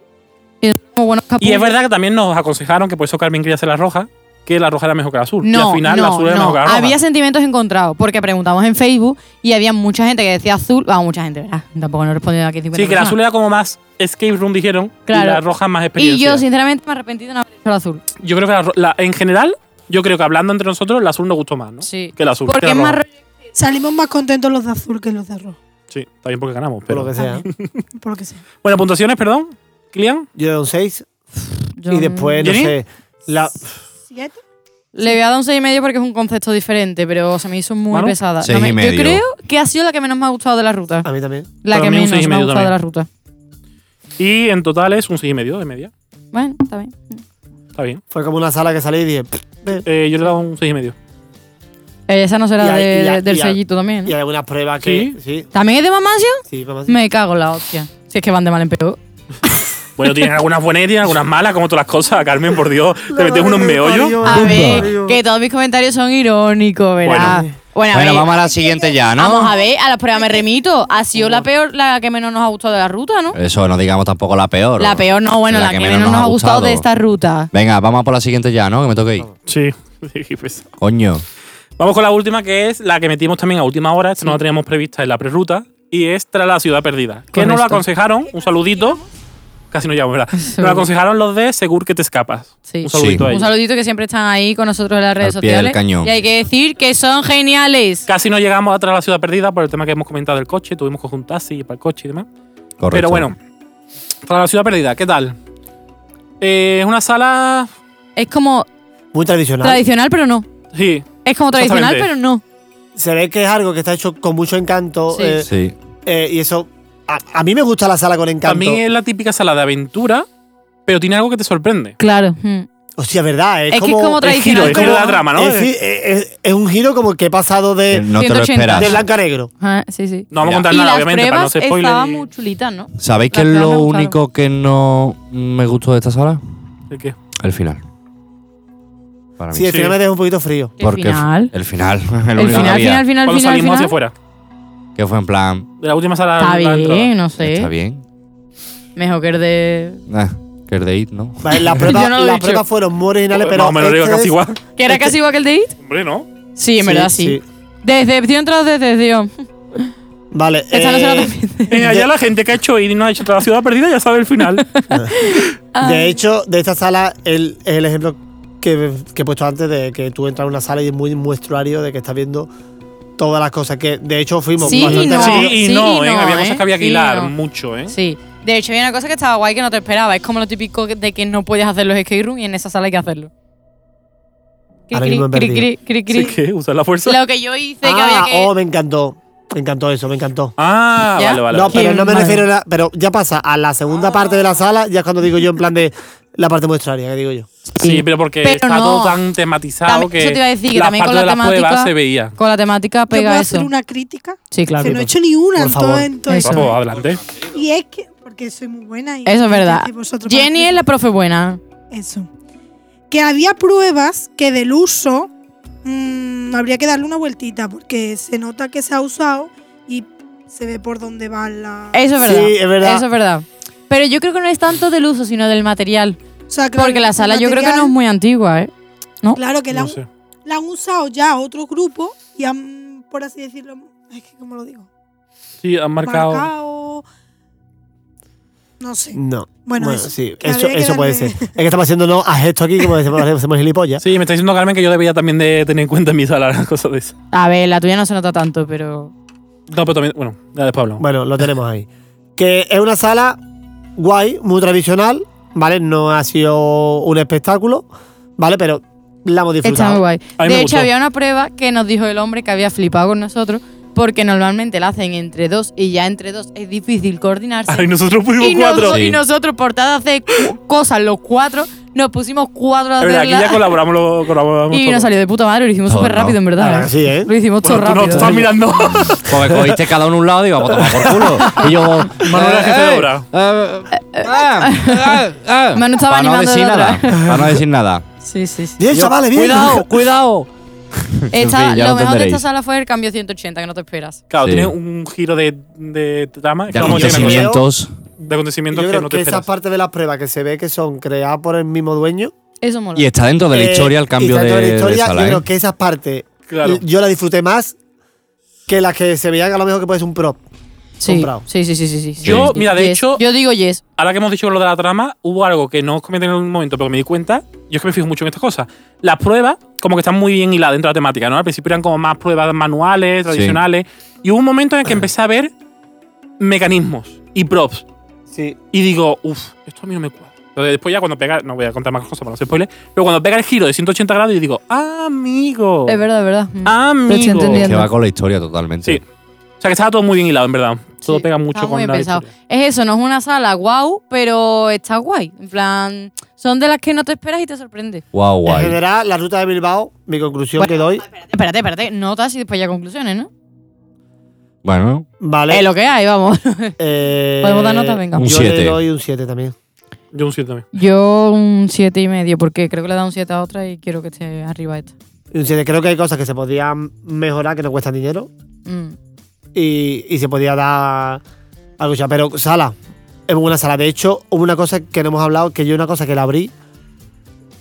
[SPEAKER 6] Como buenos
[SPEAKER 8] Y es
[SPEAKER 6] capullos.
[SPEAKER 8] verdad que también nos aconsejaron que por eso Carmen quería hacer la roja, que la roja era mejor que la azul.
[SPEAKER 6] No,
[SPEAKER 8] y al final
[SPEAKER 6] no,
[SPEAKER 8] la azul era
[SPEAKER 6] no.
[SPEAKER 8] mejor que la roja.
[SPEAKER 6] Había sentimientos encontrados, porque preguntamos en Facebook y había mucha gente que decía azul. Vamos, mucha gente, ¿verdad? Tampoco no he respondido aquí 50
[SPEAKER 8] Sí, que la
[SPEAKER 6] personas.
[SPEAKER 8] azul era como más escape room, dijeron. Y
[SPEAKER 6] Claro.
[SPEAKER 8] la roja más
[SPEAKER 6] Y
[SPEAKER 8] experiencia.
[SPEAKER 6] yo, sinceramente, me he arrepentido de no haber hecho el azul.
[SPEAKER 8] Yo creo que la, ro- la- en general, yo creo que hablando entre nosotros, la azul nos gustó más, ¿no?
[SPEAKER 6] Sí.
[SPEAKER 8] Que la azul. que
[SPEAKER 6] Porque
[SPEAKER 8] la
[SPEAKER 6] es más
[SPEAKER 8] roja.
[SPEAKER 6] rollo-
[SPEAKER 4] Salimos más contentos los de azul que los de rojo.
[SPEAKER 8] Sí, está bien porque ganamos.
[SPEAKER 5] Por lo
[SPEAKER 8] Pero...
[SPEAKER 5] que sea.
[SPEAKER 4] Por lo que sea.
[SPEAKER 8] Bueno, puntuaciones, perdón. Kilian.
[SPEAKER 5] Yo le doy un 6
[SPEAKER 6] Yo- mm,
[SPEAKER 5] y después, no
[SPEAKER 8] ¿Jenny?
[SPEAKER 5] sé. La,
[SPEAKER 4] ¿Siete?
[SPEAKER 6] Le voy a dar un 6,5 porque es un concepto diferente, pero se me hizo muy
[SPEAKER 8] Manu,
[SPEAKER 6] pesada.
[SPEAKER 7] seis
[SPEAKER 6] No me-
[SPEAKER 7] y
[SPEAKER 6] Yo
[SPEAKER 7] medio.
[SPEAKER 6] creo que ha sido la que menos me ha gustado de la ruta.
[SPEAKER 5] a mí también.
[SPEAKER 6] La
[SPEAKER 8] Ah, para
[SPEAKER 6] que
[SPEAKER 8] mí un
[SPEAKER 6] menos
[SPEAKER 8] seis y
[SPEAKER 6] me ha
[SPEAKER 8] medio
[SPEAKER 6] gustado de la ruta.
[SPEAKER 8] Y en total es un 6,5 y medio de media.
[SPEAKER 6] Bueno, está bien.
[SPEAKER 8] Está bien.
[SPEAKER 5] Fue como una sala que salí y dije. "Pff".
[SPEAKER 8] Eh, yo le he dado un 6,5 y medio.
[SPEAKER 6] Eh, Esa no será
[SPEAKER 5] Y hay-
[SPEAKER 6] de-
[SPEAKER 5] y hay-
[SPEAKER 6] del
[SPEAKER 5] y hay-
[SPEAKER 6] sellito también. ¿no?
[SPEAKER 5] Y hay algunas pruebas que. Sí,
[SPEAKER 6] ¿También es de Mamasio?
[SPEAKER 5] sí, vamos a-
[SPEAKER 6] Me cago en la hostia. Si es que van de mal en peor.
[SPEAKER 8] Bueno, tienen algunas buenas y tienen algunas malas, como todas las cosas. Carmen, por Dios, te metes unos meollos.
[SPEAKER 6] A
[SPEAKER 5] Bumba.
[SPEAKER 6] ver, que todos mis comentarios son irónicos, ¿verdad? Bueno, a
[SPEAKER 7] Bueno,
[SPEAKER 6] ver,
[SPEAKER 7] vamos a la siguiente ya, ¿no?
[SPEAKER 6] Vamos a ver, a la prueba me remito. Ha sido la peor, la que menos nos ha gustado de la ruta, ¿no?
[SPEAKER 7] Eso, no digamos tampoco la peor.
[SPEAKER 6] La peor no, bueno, la, que, menos, nos ha gustado de esta ruta.
[SPEAKER 7] Venga, vamos a por la siguiente ya, ¿no? Que me toque ir.
[SPEAKER 8] Sí. Sí, pues.
[SPEAKER 7] Coño.
[SPEAKER 8] Vamos con la última, que es la que metimos también a última hora. Esta no la teníamos prevista en la prerruta. Y es tras la ciudad perdida. Que nos lo
[SPEAKER 6] Correcto.
[SPEAKER 8] aconsejaron. Un saludito. Casi no llamo, ¿verdad? Nos lo aconsejaron los de Segur que te escapas.
[SPEAKER 6] Sí.
[SPEAKER 8] Un saludito a
[SPEAKER 6] Un
[SPEAKER 8] ellos.
[SPEAKER 6] saludito que siempre están ahí con nosotros en las redes
[SPEAKER 7] Al pie del
[SPEAKER 6] sociales.
[SPEAKER 7] cañón.
[SPEAKER 6] Y hay que decir que son geniales.
[SPEAKER 8] Casi no llegamos atrás a la ciudad perdida por el tema que hemos comentado del coche. Tuvimos que juntarse y para el coche y demás.
[SPEAKER 7] Correcto.
[SPEAKER 8] Pero bueno, tras la ciudad perdida, ¿qué tal? Eh, es una sala.
[SPEAKER 6] Es como
[SPEAKER 5] Muy tradicional.
[SPEAKER 6] tradicional, pero no.
[SPEAKER 8] Sí,
[SPEAKER 6] Es como tradicional,
[SPEAKER 8] Exactamente.
[SPEAKER 6] pero no.
[SPEAKER 5] Se ve que es algo que está hecho con mucho encanto.
[SPEAKER 6] Sí.
[SPEAKER 5] eh,
[SPEAKER 7] Sí.
[SPEAKER 5] eh, y eso. A, a mí me gusta la sala con encanto.
[SPEAKER 8] también es la típica sala de aventura, pero tiene algo que te sorprende.
[SPEAKER 6] Claro. mm.
[SPEAKER 5] Hostia, verdad. Es,
[SPEAKER 6] Es, que es como
[SPEAKER 8] el giro,
[SPEAKER 6] tradicional.
[SPEAKER 8] el giro de la trama, ¿no?
[SPEAKER 5] es, gi- es- es- es un giro como que he pasado de,
[SPEAKER 7] Eh, No te lo
[SPEAKER 6] 180.
[SPEAKER 7] esperas.
[SPEAKER 5] de blanco a negro.
[SPEAKER 6] Ajá, Ah, sí, sí.
[SPEAKER 8] No vamos
[SPEAKER 7] Mira.
[SPEAKER 8] a contar
[SPEAKER 6] y
[SPEAKER 8] nada,
[SPEAKER 6] las
[SPEAKER 8] obviamente, para no
[SPEAKER 6] pruebas
[SPEAKER 8] hacer spoiler.
[SPEAKER 6] estaban
[SPEAKER 8] y-
[SPEAKER 6] muy chulitas, ¿no?
[SPEAKER 7] ¿Sabéis qué es
[SPEAKER 6] Las peores me
[SPEAKER 7] lo
[SPEAKER 6] gustaron.
[SPEAKER 7] único que no me gustó de esta sala?
[SPEAKER 8] ¿El qué?
[SPEAKER 7] El final. Para mí.
[SPEAKER 5] Sí, al
[SPEAKER 8] Sí.
[SPEAKER 5] final me deja un poquito frío.
[SPEAKER 6] El final.
[SPEAKER 7] El final. El,
[SPEAKER 6] El
[SPEAKER 7] único que
[SPEAKER 6] final,
[SPEAKER 7] había.
[SPEAKER 6] final, final,
[SPEAKER 8] Cuando
[SPEAKER 6] final,
[SPEAKER 8] salimos hacia
[SPEAKER 6] final.
[SPEAKER 8] afuera.
[SPEAKER 7] Que fue en plan.
[SPEAKER 8] De la última sala
[SPEAKER 6] Está
[SPEAKER 8] de la entrada.
[SPEAKER 6] bien, no sé.
[SPEAKER 7] Está bien.
[SPEAKER 6] Mejor que el de.
[SPEAKER 7] Ah, Que es de IT, ¿no?
[SPEAKER 5] Vale, las
[SPEAKER 6] Yo
[SPEAKER 5] pruebas,
[SPEAKER 6] no lo he
[SPEAKER 5] las
[SPEAKER 6] dicho.
[SPEAKER 5] pruebas fueron muy originales,
[SPEAKER 8] Joder,
[SPEAKER 5] pero.
[SPEAKER 8] más o menos
[SPEAKER 5] este
[SPEAKER 8] digo casi
[SPEAKER 5] es-
[SPEAKER 8] igual.
[SPEAKER 6] ¿Que era casi igual que el de IT?
[SPEAKER 8] Hombre, ¿no?
[SPEAKER 6] Sí, en
[SPEAKER 5] Sí,
[SPEAKER 6] verdad sí.
[SPEAKER 5] sí.
[SPEAKER 6] Decepción tras decepción.
[SPEAKER 5] Vale.
[SPEAKER 6] Esta no se la
[SPEAKER 5] eh,
[SPEAKER 6] defiende.
[SPEAKER 8] Eh, allá la gente que ha hecho ID y no ha hecho la ciudad perdida ya sabe el final.
[SPEAKER 6] Ah.
[SPEAKER 5] De hecho, de esta sala el- es el ejemplo que, que he puesto antes de que tú entras a una sala y es muy muestruario de que estás viendo todas las cosas que de hecho fuimos
[SPEAKER 6] Sí,
[SPEAKER 5] bastante
[SPEAKER 6] no.
[SPEAKER 5] rápido.
[SPEAKER 8] sí y
[SPEAKER 6] sí
[SPEAKER 8] no,
[SPEAKER 6] y
[SPEAKER 8] ¿eh?
[SPEAKER 6] no,
[SPEAKER 8] Había
[SPEAKER 6] ¿eh?
[SPEAKER 8] cosas que había que
[SPEAKER 6] Sí y
[SPEAKER 8] hilar
[SPEAKER 6] no.
[SPEAKER 8] mucho, ¿eh?
[SPEAKER 6] Sí. De hecho, había una cosa que estaba guay que no te esperaba. Es como lo típico de que no puedes hacer los escape room y en esa sala hay que hacerlo. Cri,
[SPEAKER 5] Ahora
[SPEAKER 6] cri,
[SPEAKER 5] mismo he
[SPEAKER 6] cri,
[SPEAKER 5] perdido.
[SPEAKER 6] cri, cri, cri.
[SPEAKER 8] Así que usar la fuerza.
[SPEAKER 6] Lo que yo hice que había
[SPEAKER 5] Ah,
[SPEAKER 6] que.
[SPEAKER 5] oh, me encantó. Me encantó eso, me encantó.
[SPEAKER 8] Ah,
[SPEAKER 6] ¿Ya?
[SPEAKER 8] vale, vale.
[SPEAKER 5] no,
[SPEAKER 8] vale.
[SPEAKER 5] pero
[SPEAKER 6] Qué
[SPEAKER 5] no me
[SPEAKER 6] malo.
[SPEAKER 5] refiero a la, Pero ya pasa a la segunda parte de la sala, ya es cuando digo yo en plan de la parte muestraria, que digo yo.
[SPEAKER 8] Sí, pero porque
[SPEAKER 6] Pero
[SPEAKER 8] está
[SPEAKER 6] no.
[SPEAKER 8] todo tan tematizado
[SPEAKER 6] También-
[SPEAKER 8] que
[SPEAKER 6] eso te iba a decir, que
[SPEAKER 8] la
[SPEAKER 6] también con
[SPEAKER 8] parte
[SPEAKER 6] la
[SPEAKER 8] de la
[SPEAKER 6] temática-
[SPEAKER 8] prueba se veía.
[SPEAKER 6] Con la temática
[SPEAKER 4] Yo puedo
[SPEAKER 6] pega eso.
[SPEAKER 4] hacer una crítica.
[SPEAKER 6] Sí, claro.
[SPEAKER 4] que no he hecho ni una
[SPEAKER 5] Por
[SPEAKER 4] en todo,
[SPEAKER 5] favor.
[SPEAKER 4] en todo
[SPEAKER 6] Eso.
[SPEAKER 4] esto.
[SPEAKER 8] Vamos, adelante.
[SPEAKER 4] Y es que, porque soy muy buena. Y
[SPEAKER 6] Eso es verdad.
[SPEAKER 4] y vosotros
[SPEAKER 6] Jenny
[SPEAKER 4] para-
[SPEAKER 6] es la profe buena.
[SPEAKER 4] Eso. Que había pruebas que del uso mm, habría que darle una vueltita porque se nota que se ha usado y se ve por dónde va la.
[SPEAKER 6] Eso es
[SPEAKER 5] Sí,
[SPEAKER 6] verdad.
[SPEAKER 5] es verdad.
[SPEAKER 6] Eso es verdad. Pero yo creo que no es tanto del uso, sino del material.
[SPEAKER 4] O sea, claro,
[SPEAKER 6] Porque la
[SPEAKER 4] el
[SPEAKER 6] sala yo creo que no es
[SPEAKER 4] material-
[SPEAKER 6] muy antigua, ¿eh? ¿no?
[SPEAKER 4] Claro que la,
[SPEAKER 8] No
[SPEAKER 4] han-
[SPEAKER 8] sé.
[SPEAKER 4] la han usado ya otros grupos y han, por así decirlo, es que como lo digo,
[SPEAKER 8] Sí, han marcado.
[SPEAKER 4] marcado. No sé.
[SPEAKER 5] No.
[SPEAKER 4] Bueno, eso.
[SPEAKER 5] sí,
[SPEAKER 4] Que
[SPEAKER 5] eso,
[SPEAKER 4] habría que
[SPEAKER 5] eso puede ser.
[SPEAKER 4] darle-
[SPEAKER 5] Es que estamos haciendo no a esto aquí, como decimos, hacemos gilipollas.
[SPEAKER 8] Sí, me está diciendo Carmen que yo debería también de tener en cuenta en mi sala las cosas de esas.
[SPEAKER 6] A ver, la tuya no se nota tanto, pero.
[SPEAKER 8] No, pero también, bueno, ya después hablamos.
[SPEAKER 5] Bueno, lo tenemos ahí. Que es una sala guay, muy tradicional, ¿vale? No ha sido un espectáculo, ¿vale? Pero la hemos
[SPEAKER 6] Está
[SPEAKER 5] disfrutado.
[SPEAKER 6] muy guay.
[SPEAKER 8] A mí me
[SPEAKER 6] De hecho,
[SPEAKER 8] gustó.
[SPEAKER 6] había una prueba que nos dijo el hombre que había flipado con nosotros, porque normalmente la hacen entre dos y ya entre dos es difícil coordinarse.
[SPEAKER 8] Ay, nosotros pudimos
[SPEAKER 6] y,
[SPEAKER 8] cuatro.
[SPEAKER 6] noso- y
[SPEAKER 7] Sí.
[SPEAKER 6] nosotros, por tal de hacer cu- cosas los cuatro, nos pusimos cuatro a
[SPEAKER 8] Es verdad, aquí ya
[SPEAKER 6] hacerla.
[SPEAKER 8] colaboramos, lo, colaboramos
[SPEAKER 6] Y nos
[SPEAKER 8] todos.
[SPEAKER 6] salió de puta madre, lo hicimos
[SPEAKER 7] Todo,
[SPEAKER 6] súper
[SPEAKER 7] ¿no?
[SPEAKER 6] rápido, en
[SPEAKER 5] La
[SPEAKER 6] verdad.
[SPEAKER 8] Ah,
[SPEAKER 5] verdad
[SPEAKER 6] ¿eh?
[SPEAKER 5] que sí, ¿eh?
[SPEAKER 6] Lo hicimos todo
[SPEAKER 8] Bueno, tú no, tú
[SPEAKER 6] rápido.
[SPEAKER 8] estás mirando.
[SPEAKER 7] Porque Pues cogiste cada uno un lado y vamos a tomar por culo. Y yo.
[SPEAKER 8] Manuel,
[SPEAKER 7] eh,
[SPEAKER 8] es jefe de
[SPEAKER 7] eh,
[SPEAKER 8] obra.
[SPEAKER 7] eh, ah, ah, ah.
[SPEAKER 6] Manu estaba
[SPEAKER 7] Para no
[SPEAKER 6] animando
[SPEAKER 7] decir
[SPEAKER 6] de otra.
[SPEAKER 7] nada. Para no decir nada.
[SPEAKER 6] ¿eh? Sí, sí, sí.
[SPEAKER 5] Bien,
[SPEAKER 7] Yo-
[SPEAKER 5] chavales, bien.
[SPEAKER 7] Cuidado, cuidado.
[SPEAKER 6] Esta-
[SPEAKER 7] En
[SPEAKER 6] lo
[SPEAKER 7] fin, ya lo
[SPEAKER 6] mejor de
[SPEAKER 7] entenderéis.
[SPEAKER 6] esta sala fue el cambio 180, que no te esperas.
[SPEAKER 8] Claro,
[SPEAKER 7] Sí.
[SPEAKER 8] tiene un giro de, de trama.
[SPEAKER 7] De
[SPEAKER 8] que vamos a decir una cosa,
[SPEAKER 7] acontecimientos.
[SPEAKER 8] de acontecimientos
[SPEAKER 5] Yo
[SPEAKER 8] que
[SPEAKER 5] creo
[SPEAKER 8] no
[SPEAKER 5] que
[SPEAKER 8] te
[SPEAKER 5] esas
[SPEAKER 8] esperas.
[SPEAKER 5] partes de las pruebas que se ve que son creadas por el mismo dueño.
[SPEAKER 6] Eso mola.
[SPEAKER 7] Y está dentro de la
[SPEAKER 5] eh,
[SPEAKER 7] historia el cambio
[SPEAKER 5] y
[SPEAKER 7] de,
[SPEAKER 5] tanto la
[SPEAKER 7] de
[SPEAKER 5] historia,
[SPEAKER 7] sala,
[SPEAKER 5] Yo
[SPEAKER 7] ¿eh?
[SPEAKER 5] creo que esas partes
[SPEAKER 8] Claro.
[SPEAKER 5] l- yo las disfruté más que las que se veían a lo mejor que puedes un prop.
[SPEAKER 6] sí.
[SPEAKER 5] comprado.
[SPEAKER 6] sí, sí, sí, sí, sí, sí.
[SPEAKER 8] Yo,
[SPEAKER 6] Sí.
[SPEAKER 8] mira, de
[SPEAKER 6] Yes.
[SPEAKER 8] hecho-
[SPEAKER 6] Yo digo yes.
[SPEAKER 8] Ahora que hemos dicho lo de la trama, hubo algo que no os comenté en un momento, pero que me di cuenta. Yo es que me fijo mucho en estas cosas. Las pruebas, como que están muy bien hiladas dentro de la temática, ¿no? Al principio eran como más pruebas manuales, tradicionales. Y hubo un momento en el que empecé a ver mecanismos y props.
[SPEAKER 5] Sí.
[SPEAKER 8] Y digo, uff, esto a mí no me cuadra. Entonces, después ya cuando pega, no voy a contar más cosas para no hacer spoilers, pero cuando pega el giro de 180 grados y digo, amigo,
[SPEAKER 6] Es verdad, es verdad. Mm.
[SPEAKER 8] Ah,
[SPEAKER 6] Lo estoy
[SPEAKER 8] amigo.
[SPEAKER 6] entendiendo.
[SPEAKER 7] Que va con la historia totalmente.
[SPEAKER 8] Sí. O sea que estaba todo muy bien hilado, en verdad. Todo
[SPEAKER 6] Sí,
[SPEAKER 8] pega
[SPEAKER 6] Mm. está
[SPEAKER 8] mucho
[SPEAKER 6] muy
[SPEAKER 8] con
[SPEAKER 6] bien
[SPEAKER 8] la
[SPEAKER 6] pensado.
[SPEAKER 8] historia.
[SPEAKER 6] Es eso, no es una sala guau, pero está guay. En plan, son de las que no te esperas y te sorprende.
[SPEAKER 7] Guau,
[SPEAKER 5] En
[SPEAKER 7] guay.
[SPEAKER 5] general, la ruta de Bilbao, mi conclusión
[SPEAKER 6] Bueno,
[SPEAKER 5] que doy,
[SPEAKER 6] Espérate, espérate, notas y después ya conclusiones, ¿no?
[SPEAKER 7] Bueno,
[SPEAKER 5] vale.
[SPEAKER 6] Es lo que hay, vamos.
[SPEAKER 5] eh,
[SPEAKER 6] ¿Podemos dar nota? Venga.
[SPEAKER 7] Un
[SPEAKER 5] Yo
[SPEAKER 7] siete.
[SPEAKER 5] le doy un 7 también.
[SPEAKER 8] Yo un 7 también.
[SPEAKER 6] Yo un siete y medio, porque creo que le he dado un 7 a otra y quiero que esté arriba esta.
[SPEAKER 5] Un siete. Creo que hay cosas que se podían mejorar, que no cuestan dinero.
[SPEAKER 6] Mm.
[SPEAKER 5] y, y se podía dar algo ya. Pero sala, es una sala. De hecho, hubo una cosa que no hemos hablado, que yo una cosa que la abrí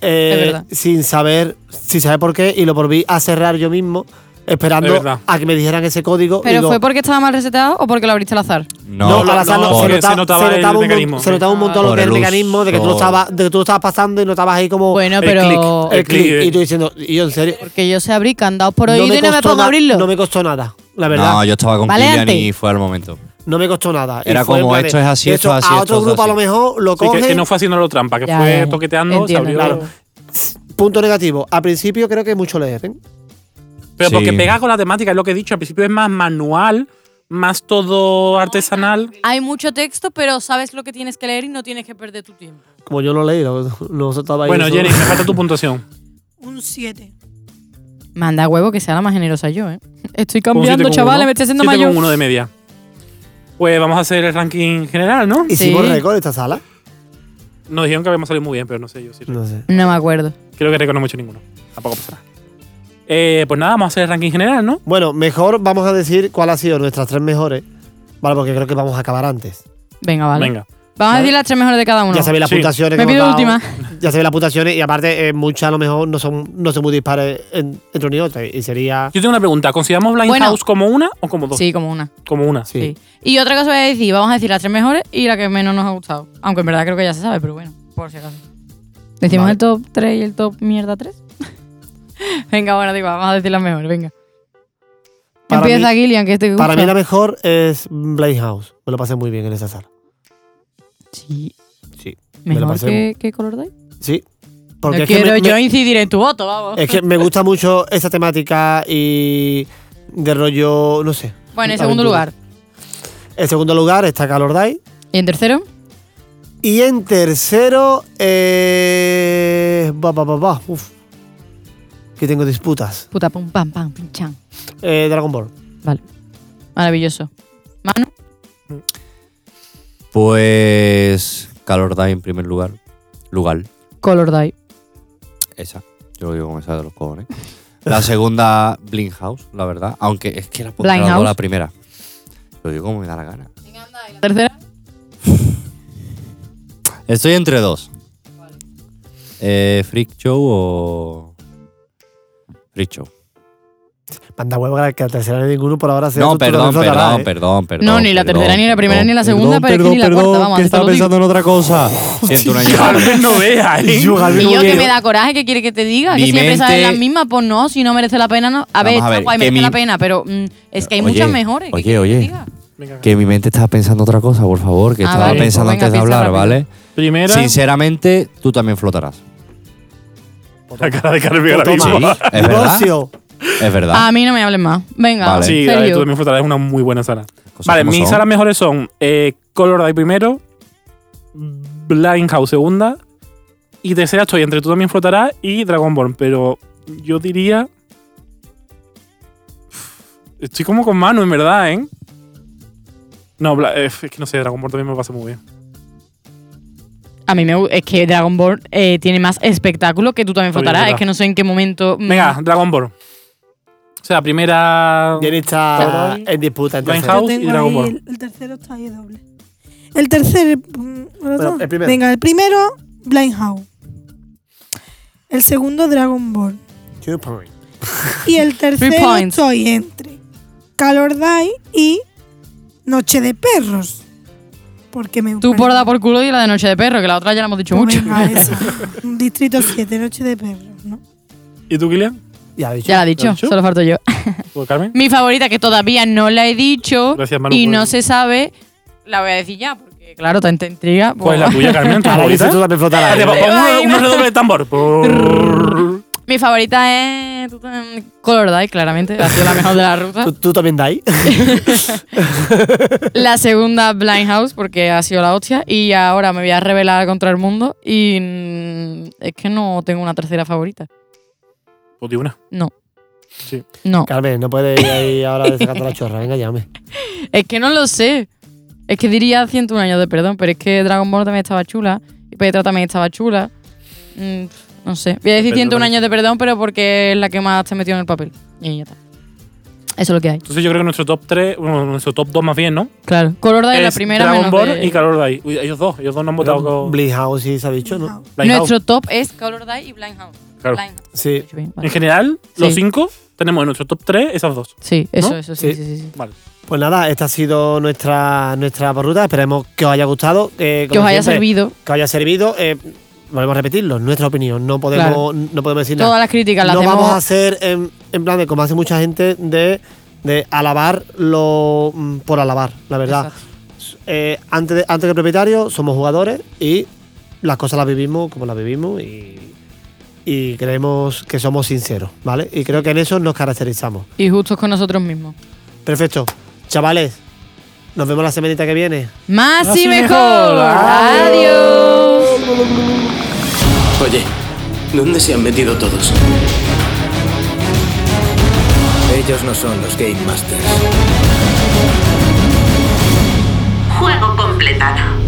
[SPEAKER 5] eh,
[SPEAKER 6] Es verdad.
[SPEAKER 5] sin saber sin saber por qué y lo volví a cerrar yo mismo
[SPEAKER 8] Es
[SPEAKER 5] esperando
[SPEAKER 8] verdad.
[SPEAKER 5] a que me dijeran ese código.
[SPEAKER 6] ¿Pero
[SPEAKER 5] Digo,
[SPEAKER 6] fue porque estaba mal reseteado o porque lo abriste al azar?
[SPEAKER 5] no,
[SPEAKER 7] no.
[SPEAKER 5] al azar
[SPEAKER 8] no,
[SPEAKER 5] no, se
[SPEAKER 8] porque
[SPEAKER 5] nota-
[SPEAKER 8] se
[SPEAKER 5] se
[SPEAKER 8] notaba
[SPEAKER 5] notaba
[SPEAKER 8] el
[SPEAKER 5] un mon-
[SPEAKER 8] mecanismo.
[SPEAKER 5] se notaba un montón lo
[SPEAKER 7] Por
[SPEAKER 5] que
[SPEAKER 7] el
[SPEAKER 5] el mecanismo de que, tú lo
[SPEAKER 7] uso.
[SPEAKER 5] estabas, de que tú lo estabas pasando y no estabas ahí como
[SPEAKER 6] Bueno,
[SPEAKER 8] el
[SPEAKER 6] pero.
[SPEAKER 8] click.
[SPEAKER 5] Oh, el clic.
[SPEAKER 8] clic.
[SPEAKER 5] Y tú diciendo, y yo en serio,
[SPEAKER 6] Porque yo sé abrir candados por oído y no me
[SPEAKER 5] costó
[SPEAKER 6] pongo
[SPEAKER 5] na-
[SPEAKER 6] a abrirlo.
[SPEAKER 5] no me costó nada, la verdad.
[SPEAKER 7] No, yo estaba con
[SPEAKER 6] Vale,
[SPEAKER 7] Kilian y
[SPEAKER 6] antes.
[SPEAKER 7] fue al momento.
[SPEAKER 5] No me costó nada. Y
[SPEAKER 7] Era
[SPEAKER 5] fue en
[SPEAKER 7] como,
[SPEAKER 5] plan de-
[SPEAKER 7] esto es así,
[SPEAKER 5] de
[SPEAKER 7] esto es
[SPEAKER 5] hecho,
[SPEAKER 7] así,
[SPEAKER 5] A
[SPEAKER 7] esto
[SPEAKER 5] otro
[SPEAKER 7] es
[SPEAKER 5] grupo a
[SPEAKER 7] así.
[SPEAKER 5] lo mejor lo
[SPEAKER 8] Sí, que,
[SPEAKER 5] coge.
[SPEAKER 8] que no fue haciéndolo trampa, que
[SPEAKER 6] Ya,
[SPEAKER 8] fue
[SPEAKER 6] ya, ya.
[SPEAKER 8] toqueteando,
[SPEAKER 6] Entiendo,
[SPEAKER 8] se abrió.
[SPEAKER 6] claro.
[SPEAKER 5] Punto negativo. Al principio creo que mucho leer. ¿eh?
[SPEAKER 8] Pero
[SPEAKER 7] Sí.
[SPEAKER 8] porque pega con la temática, es lo que he dicho. Al principio es más manual, más todo artesanal.
[SPEAKER 6] Hay mucho texto, pero sabes lo que tienes que leer y no tienes que perder tu tiempo.
[SPEAKER 5] Como yo lo leí, lo, lo soltaba ahí.
[SPEAKER 8] Bueno,
[SPEAKER 5] eso.
[SPEAKER 8] Jenny, me falta tu puntuación.
[SPEAKER 4] Un 7.
[SPEAKER 6] Manda huevo que sea la más generosa yo, ¿eh? Estoy
[SPEAKER 8] Con siete
[SPEAKER 6] cambiando,
[SPEAKER 8] con
[SPEAKER 6] chavales,
[SPEAKER 8] uno.
[SPEAKER 6] me estoy haciendo
[SPEAKER 8] Siete con
[SPEAKER 6] mayor.
[SPEAKER 8] uno de media. Pues vamos a hacer el ranking general, ¿no?
[SPEAKER 5] ¿Hicimos
[SPEAKER 6] Sí.
[SPEAKER 5] récord esta sala?
[SPEAKER 8] Nos dijeron que habíamos salido muy bien, pero no sé yo si.
[SPEAKER 5] No sé.
[SPEAKER 6] No me acuerdo.
[SPEAKER 8] Creo que recono mucho ninguno. Tampoco pasa nada. Eh, pues nada, vamos a hacer el ranking general, ¿no?
[SPEAKER 5] Bueno, mejor vamos a decir cuál ha sido nuestras tres mejores. Vale, porque creo que vamos a acabar antes.
[SPEAKER 6] Venga, vale.
[SPEAKER 8] Venga.
[SPEAKER 6] Vamos a decir las tres mejores de cada uno.
[SPEAKER 5] Ya sabéis las
[SPEAKER 8] Sí.
[SPEAKER 5] puntuaciones.
[SPEAKER 6] Me
[SPEAKER 5] que hemos
[SPEAKER 6] pido
[SPEAKER 5] dado.
[SPEAKER 6] última.
[SPEAKER 5] Ya sabéis las puntuaciones y aparte eh, muchas a lo mejor no son, no son muy dispares en- entre una y otra. Y sería...
[SPEAKER 8] Yo tengo una pregunta. ¿Consideramos Blind
[SPEAKER 6] Bueno.
[SPEAKER 8] House como una o como dos?
[SPEAKER 6] Sí, como una.
[SPEAKER 8] Como una.
[SPEAKER 5] Sí.
[SPEAKER 6] Sí. Y otra cosa voy a decir, vamos a decir las tres mejores y la que menos nos ha gustado. Aunque en verdad creo que ya se sabe, pero bueno, por si acaso. ¿Decimos
[SPEAKER 5] Vale.
[SPEAKER 6] el top 3 y el top mierda 3? venga, bueno, digo, vamos a decir las mejores, venga.
[SPEAKER 5] Para
[SPEAKER 6] Empieza
[SPEAKER 5] mí-
[SPEAKER 6] Gillian, que este
[SPEAKER 5] Para mí la mejor es Blade House. Me lo pasé muy bien en esa sala.
[SPEAKER 6] Sí,
[SPEAKER 5] Sí. Me lo
[SPEAKER 6] mejor
[SPEAKER 5] pasé.
[SPEAKER 6] que, que Color Day.
[SPEAKER 5] Sí.
[SPEAKER 6] No
[SPEAKER 5] Porque es que
[SPEAKER 6] quiero
[SPEAKER 5] me-
[SPEAKER 6] yo
[SPEAKER 5] me-
[SPEAKER 6] incidir en tu voto, vamos.
[SPEAKER 5] es que me gusta mucho esa temática y de rollo, no sé.
[SPEAKER 6] bueno, en segundo
[SPEAKER 5] aventura.
[SPEAKER 6] lugar.
[SPEAKER 5] En segundo lugar está Calor Day.
[SPEAKER 6] ¿Y en tercero?
[SPEAKER 5] Y en tercero, eh. Va, va, va, va. Uf. Que tengo disputas.
[SPEAKER 6] Puta, pum, pam, pam, pim, chan.
[SPEAKER 5] Eh, Dragon Ball.
[SPEAKER 6] Vale. Maravilloso. Manu,
[SPEAKER 7] Pues. Calor da en primer lugar. Lugar.
[SPEAKER 6] Color Day.
[SPEAKER 7] Esa. Yo lo digo con esa de los cojones. La segunda, Blink House, la verdad. Aunque es que la puedo
[SPEAKER 6] Blind House.
[SPEAKER 7] la primera. Lo digo como me da la gana.
[SPEAKER 6] ¿La tercera?
[SPEAKER 7] Estoy entre dos. Eh, Freak Show o. Freak Show.
[SPEAKER 5] Manda huevo que la tercera de ninguno por ahora sea
[SPEAKER 7] No,
[SPEAKER 5] tu turno
[SPEAKER 7] perdón,
[SPEAKER 5] de
[SPEAKER 7] perdón,
[SPEAKER 5] Zotará,
[SPEAKER 7] perdón,
[SPEAKER 5] eh.
[SPEAKER 7] perdón,
[SPEAKER 6] No, ni la
[SPEAKER 7] perdón,
[SPEAKER 6] tercera, ni la primera, ni la segunda, pero es que ni la cuarta, vamos,
[SPEAKER 7] que
[SPEAKER 6] te
[SPEAKER 7] estaba
[SPEAKER 6] lo digo.
[SPEAKER 7] pensando en otra cosa. Siento una llamada.
[SPEAKER 8] Galvez no vea, ¿eh?
[SPEAKER 5] Yo, Galvez,
[SPEAKER 6] Y yo
[SPEAKER 5] porque-
[SPEAKER 6] que me da coraje, ¿qué quiere que te diga? Que siempre
[SPEAKER 7] Vimente-
[SPEAKER 6] salen las mismas, pues no, si no merece la pena, no. A ver,
[SPEAKER 7] Vamos a
[SPEAKER 6] está
[SPEAKER 7] ver,
[SPEAKER 6] guay,
[SPEAKER 7] que
[SPEAKER 6] merece
[SPEAKER 7] mi-
[SPEAKER 6] la pena, pero mm, es que hay
[SPEAKER 7] Oye,
[SPEAKER 6] muchas mejores. ¿qué quiere que
[SPEAKER 7] oye, oye.
[SPEAKER 6] te diga?
[SPEAKER 8] Venga.
[SPEAKER 7] Que mi mente estaba pensando otra cosa, por favor. Que
[SPEAKER 6] Ah,
[SPEAKER 7] estaba
[SPEAKER 6] vale,
[SPEAKER 7] pensando
[SPEAKER 6] pues venga,
[SPEAKER 7] antes de
[SPEAKER 6] piensa
[SPEAKER 7] hablar,
[SPEAKER 6] rápido.
[SPEAKER 7] ¿vale?
[SPEAKER 8] Primera.
[SPEAKER 7] Sinceramente, tú también flotarás.
[SPEAKER 8] La cara de Carmen ahora
[SPEAKER 5] Toma.
[SPEAKER 8] mismo.
[SPEAKER 7] Sí, es verdad.
[SPEAKER 5] Divorcio.
[SPEAKER 7] Es verdad.
[SPEAKER 6] A mí no me hablen más. Venga,
[SPEAKER 7] Vale.
[SPEAKER 8] Sí,
[SPEAKER 6] serio.
[SPEAKER 8] David, tú también flotarás. Es una muy buena sala.
[SPEAKER 7] Cosas
[SPEAKER 8] Vale,
[SPEAKER 7] como
[SPEAKER 8] mis
[SPEAKER 7] son.
[SPEAKER 8] salas mejores son eh, Color Eye primero, Blind House segunda y tercera estoy entre Tú también flotarás y Dragonborn, pero yo diría... Estoy como con Manu, en verdad, ¿eh? No, Bla- eh, es que no sé, Dragonborn también me pasa muy bien.
[SPEAKER 6] A mí me gu- es que Dragon Ball eh, tiene más espectáculo que tú también
[SPEAKER 8] Oye,
[SPEAKER 6] flotarás.
[SPEAKER 8] verdad.
[SPEAKER 6] Es que no sé en qué momento. mm,
[SPEAKER 8] Venga, Dragonborn. O sea, primera...
[SPEAKER 5] Jenny está
[SPEAKER 8] Claro.
[SPEAKER 5] en disputa. en
[SPEAKER 8] Blind
[SPEAKER 5] tercero.
[SPEAKER 8] House y Dragon Ball.
[SPEAKER 4] el, el tercero está ahí doble. El tercer. mm, ¿el otro?
[SPEAKER 5] el primero.
[SPEAKER 4] Venga, el primero, Blind House. El segundo, Dragon Ball.
[SPEAKER 5] Two point.
[SPEAKER 4] Y el tercero
[SPEAKER 6] points.
[SPEAKER 4] estoy entre Calor Day y Noche de Perros. Porque me
[SPEAKER 6] Tú por dar por culo y la de Noche de Perro, que la otra ya la hemos dicho
[SPEAKER 4] Pues
[SPEAKER 6] mucho.
[SPEAKER 4] venga, esa. Distrito 7, Noche de Perros, ¿no?
[SPEAKER 8] ¿Y tú, Kilian?
[SPEAKER 5] Ya lo he dicho.
[SPEAKER 6] ya la he dicho,
[SPEAKER 8] ¿Lo has dicho?
[SPEAKER 6] solo falto yo.
[SPEAKER 8] ¿Tú, Carmen?
[SPEAKER 6] Mi favorita, que todavía no la he dicho
[SPEAKER 8] Gracias, Manu,
[SPEAKER 6] y
[SPEAKER 8] por-
[SPEAKER 6] no se sabe, la voy a decir ya, porque claro, tanta intriga.
[SPEAKER 8] Pues
[SPEAKER 6] pues-
[SPEAKER 8] la tuya, Carmen, tu
[SPEAKER 5] Ahora dice
[SPEAKER 8] favorita.
[SPEAKER 5] tú también flotarás.
[SPEAKER 8] Espérate,
[SPEAKER 5] eh.
[SPEAKER 8] pon- pon Un un redoble de tambor.
[SPEAKER 6] Mi favorita es mm, Color Dye, claramente. Ha sido la mejor de la ruta.
[SPEAKER 5] Tú, tú también dais.
[SPEAKER 6] La segunda, Blind House, porque ha sido la hostia. Y ahora me voy a rebelar contra el mundo. Y mm, es que no tengo una tercera favorita.
[SPEAKER 8] Pues di una.
[SPEAKER 6] No.
[SPEAKER 8] Sí.
[SPEAKER 6] No.
[SPEAKER 5] Carmen, no puedes ir ahí ahora sacando la chorra. Venga, llame.
[SPEAKER 6] Es que no lo sé. Es que diría 101 años de perdón, pero es que Dragon Ball también estaba chula. Y Petra también estaba chula. Mm, no sé. Voy a decir
[SPEAKER 8] Petra
[SPEAKER 6] 101
[SPEAKER 8] también.
[SPEAKER 6] años de perdón, pero porque es la que más se metió en el papel. Y ya está. Eso es lo que hay.
[SPEAKER 8] Entonces yo creo que nuestro top 3, bueno, nuestro top 2 más bien, ¿no?
[SPEAKER 6] Claro. Color Dye es la
[SPEAKER 8] Es
[SPEAKER 6] primera
[SPEAKER 8] Dragon
[SPEAKER 6] menos
[SPEAKER 8] Ball
[SPEAKER 6] de-
[SPEAKER 8] y Calor Day. Uy, ellos dos, ellos dos no han votado con
[SPEAKER 5] Bleed House sí se ha dicho, ¿no?
[SPEAKER 8] Lighthouse.
[SPEAKER 6] Nuestro top es Color Dye y Blind House.
[SPEAKER 8] Claro.
[SPEAKER 6] Blind House.
[SPEAKER 5] Sí.
[SPEAKER 6] Mucho bien, vale.
[SPEAKER 8] En general, los
[SPEAKER 6] Sí.
[SPEAKER 8] cinco tenemos en nuestro top 3 esas dos.
[SPEAKER 6] Sí, eso,
[SPEAKER 8] ¿No?
[SPEAKER 6] eso, sí,
[SPEAKER 5] Sí.
[SPEAKER 6] sí, sí, sí.
[SPEAKER 8] Vale.
[SPEAKER 5] Pues nada, esta ha sido nuestra, nuestra ruta. Esperemos que os haya gustado. eh,
[SPEAKER 6] Que
[SPEAKER 5] como
[SPEAKER 6] os haya
[SPEAKER 5] siempre,
[SPEAKER 6] servido.
[SPEAKER 5] Que os haya servido. eh, volvemos a repetirlo, nuestra opinión. No podemos, no podemos decir nada.
[SPEAKER 6] Todas las críticas las
[SPEAKER 5] no
[SPEAKER 6] hacemos-
[SPEAKER 5] vamos a hacer en, en plan de como hace mucha gente de, de alabar lo mm, por alabar, la verdad.
[SPEAKER 6] Exacto.
[SPEAKER 5] Eh, antes, de- antes que propietario, somos jugadores y las cosas las vivimos como las vivimos y, y creemos que somos sinceros, ¿vale? Y creo que en eso nos caracterizamos.
[SPEAKER 6] Y justos con nosotros mismos.
[SPEAKER 5] Perfecto. Chavales, nos vemos la semanita que viene.
[SPEAKER 6] Más,
[SPEAKER 8] Más
[SPEAKER 6] y
[SPEAKER 8] y
[SPEAKER 6] mejor.
[SPEAKER 8] mejor.
[SPEAKER 6] Adiós.
[SPEAKER 10] Oye, ¿dónde se han metido todos? Ellos no son los Game Masters.
[SPEAKER 3] Juego completado.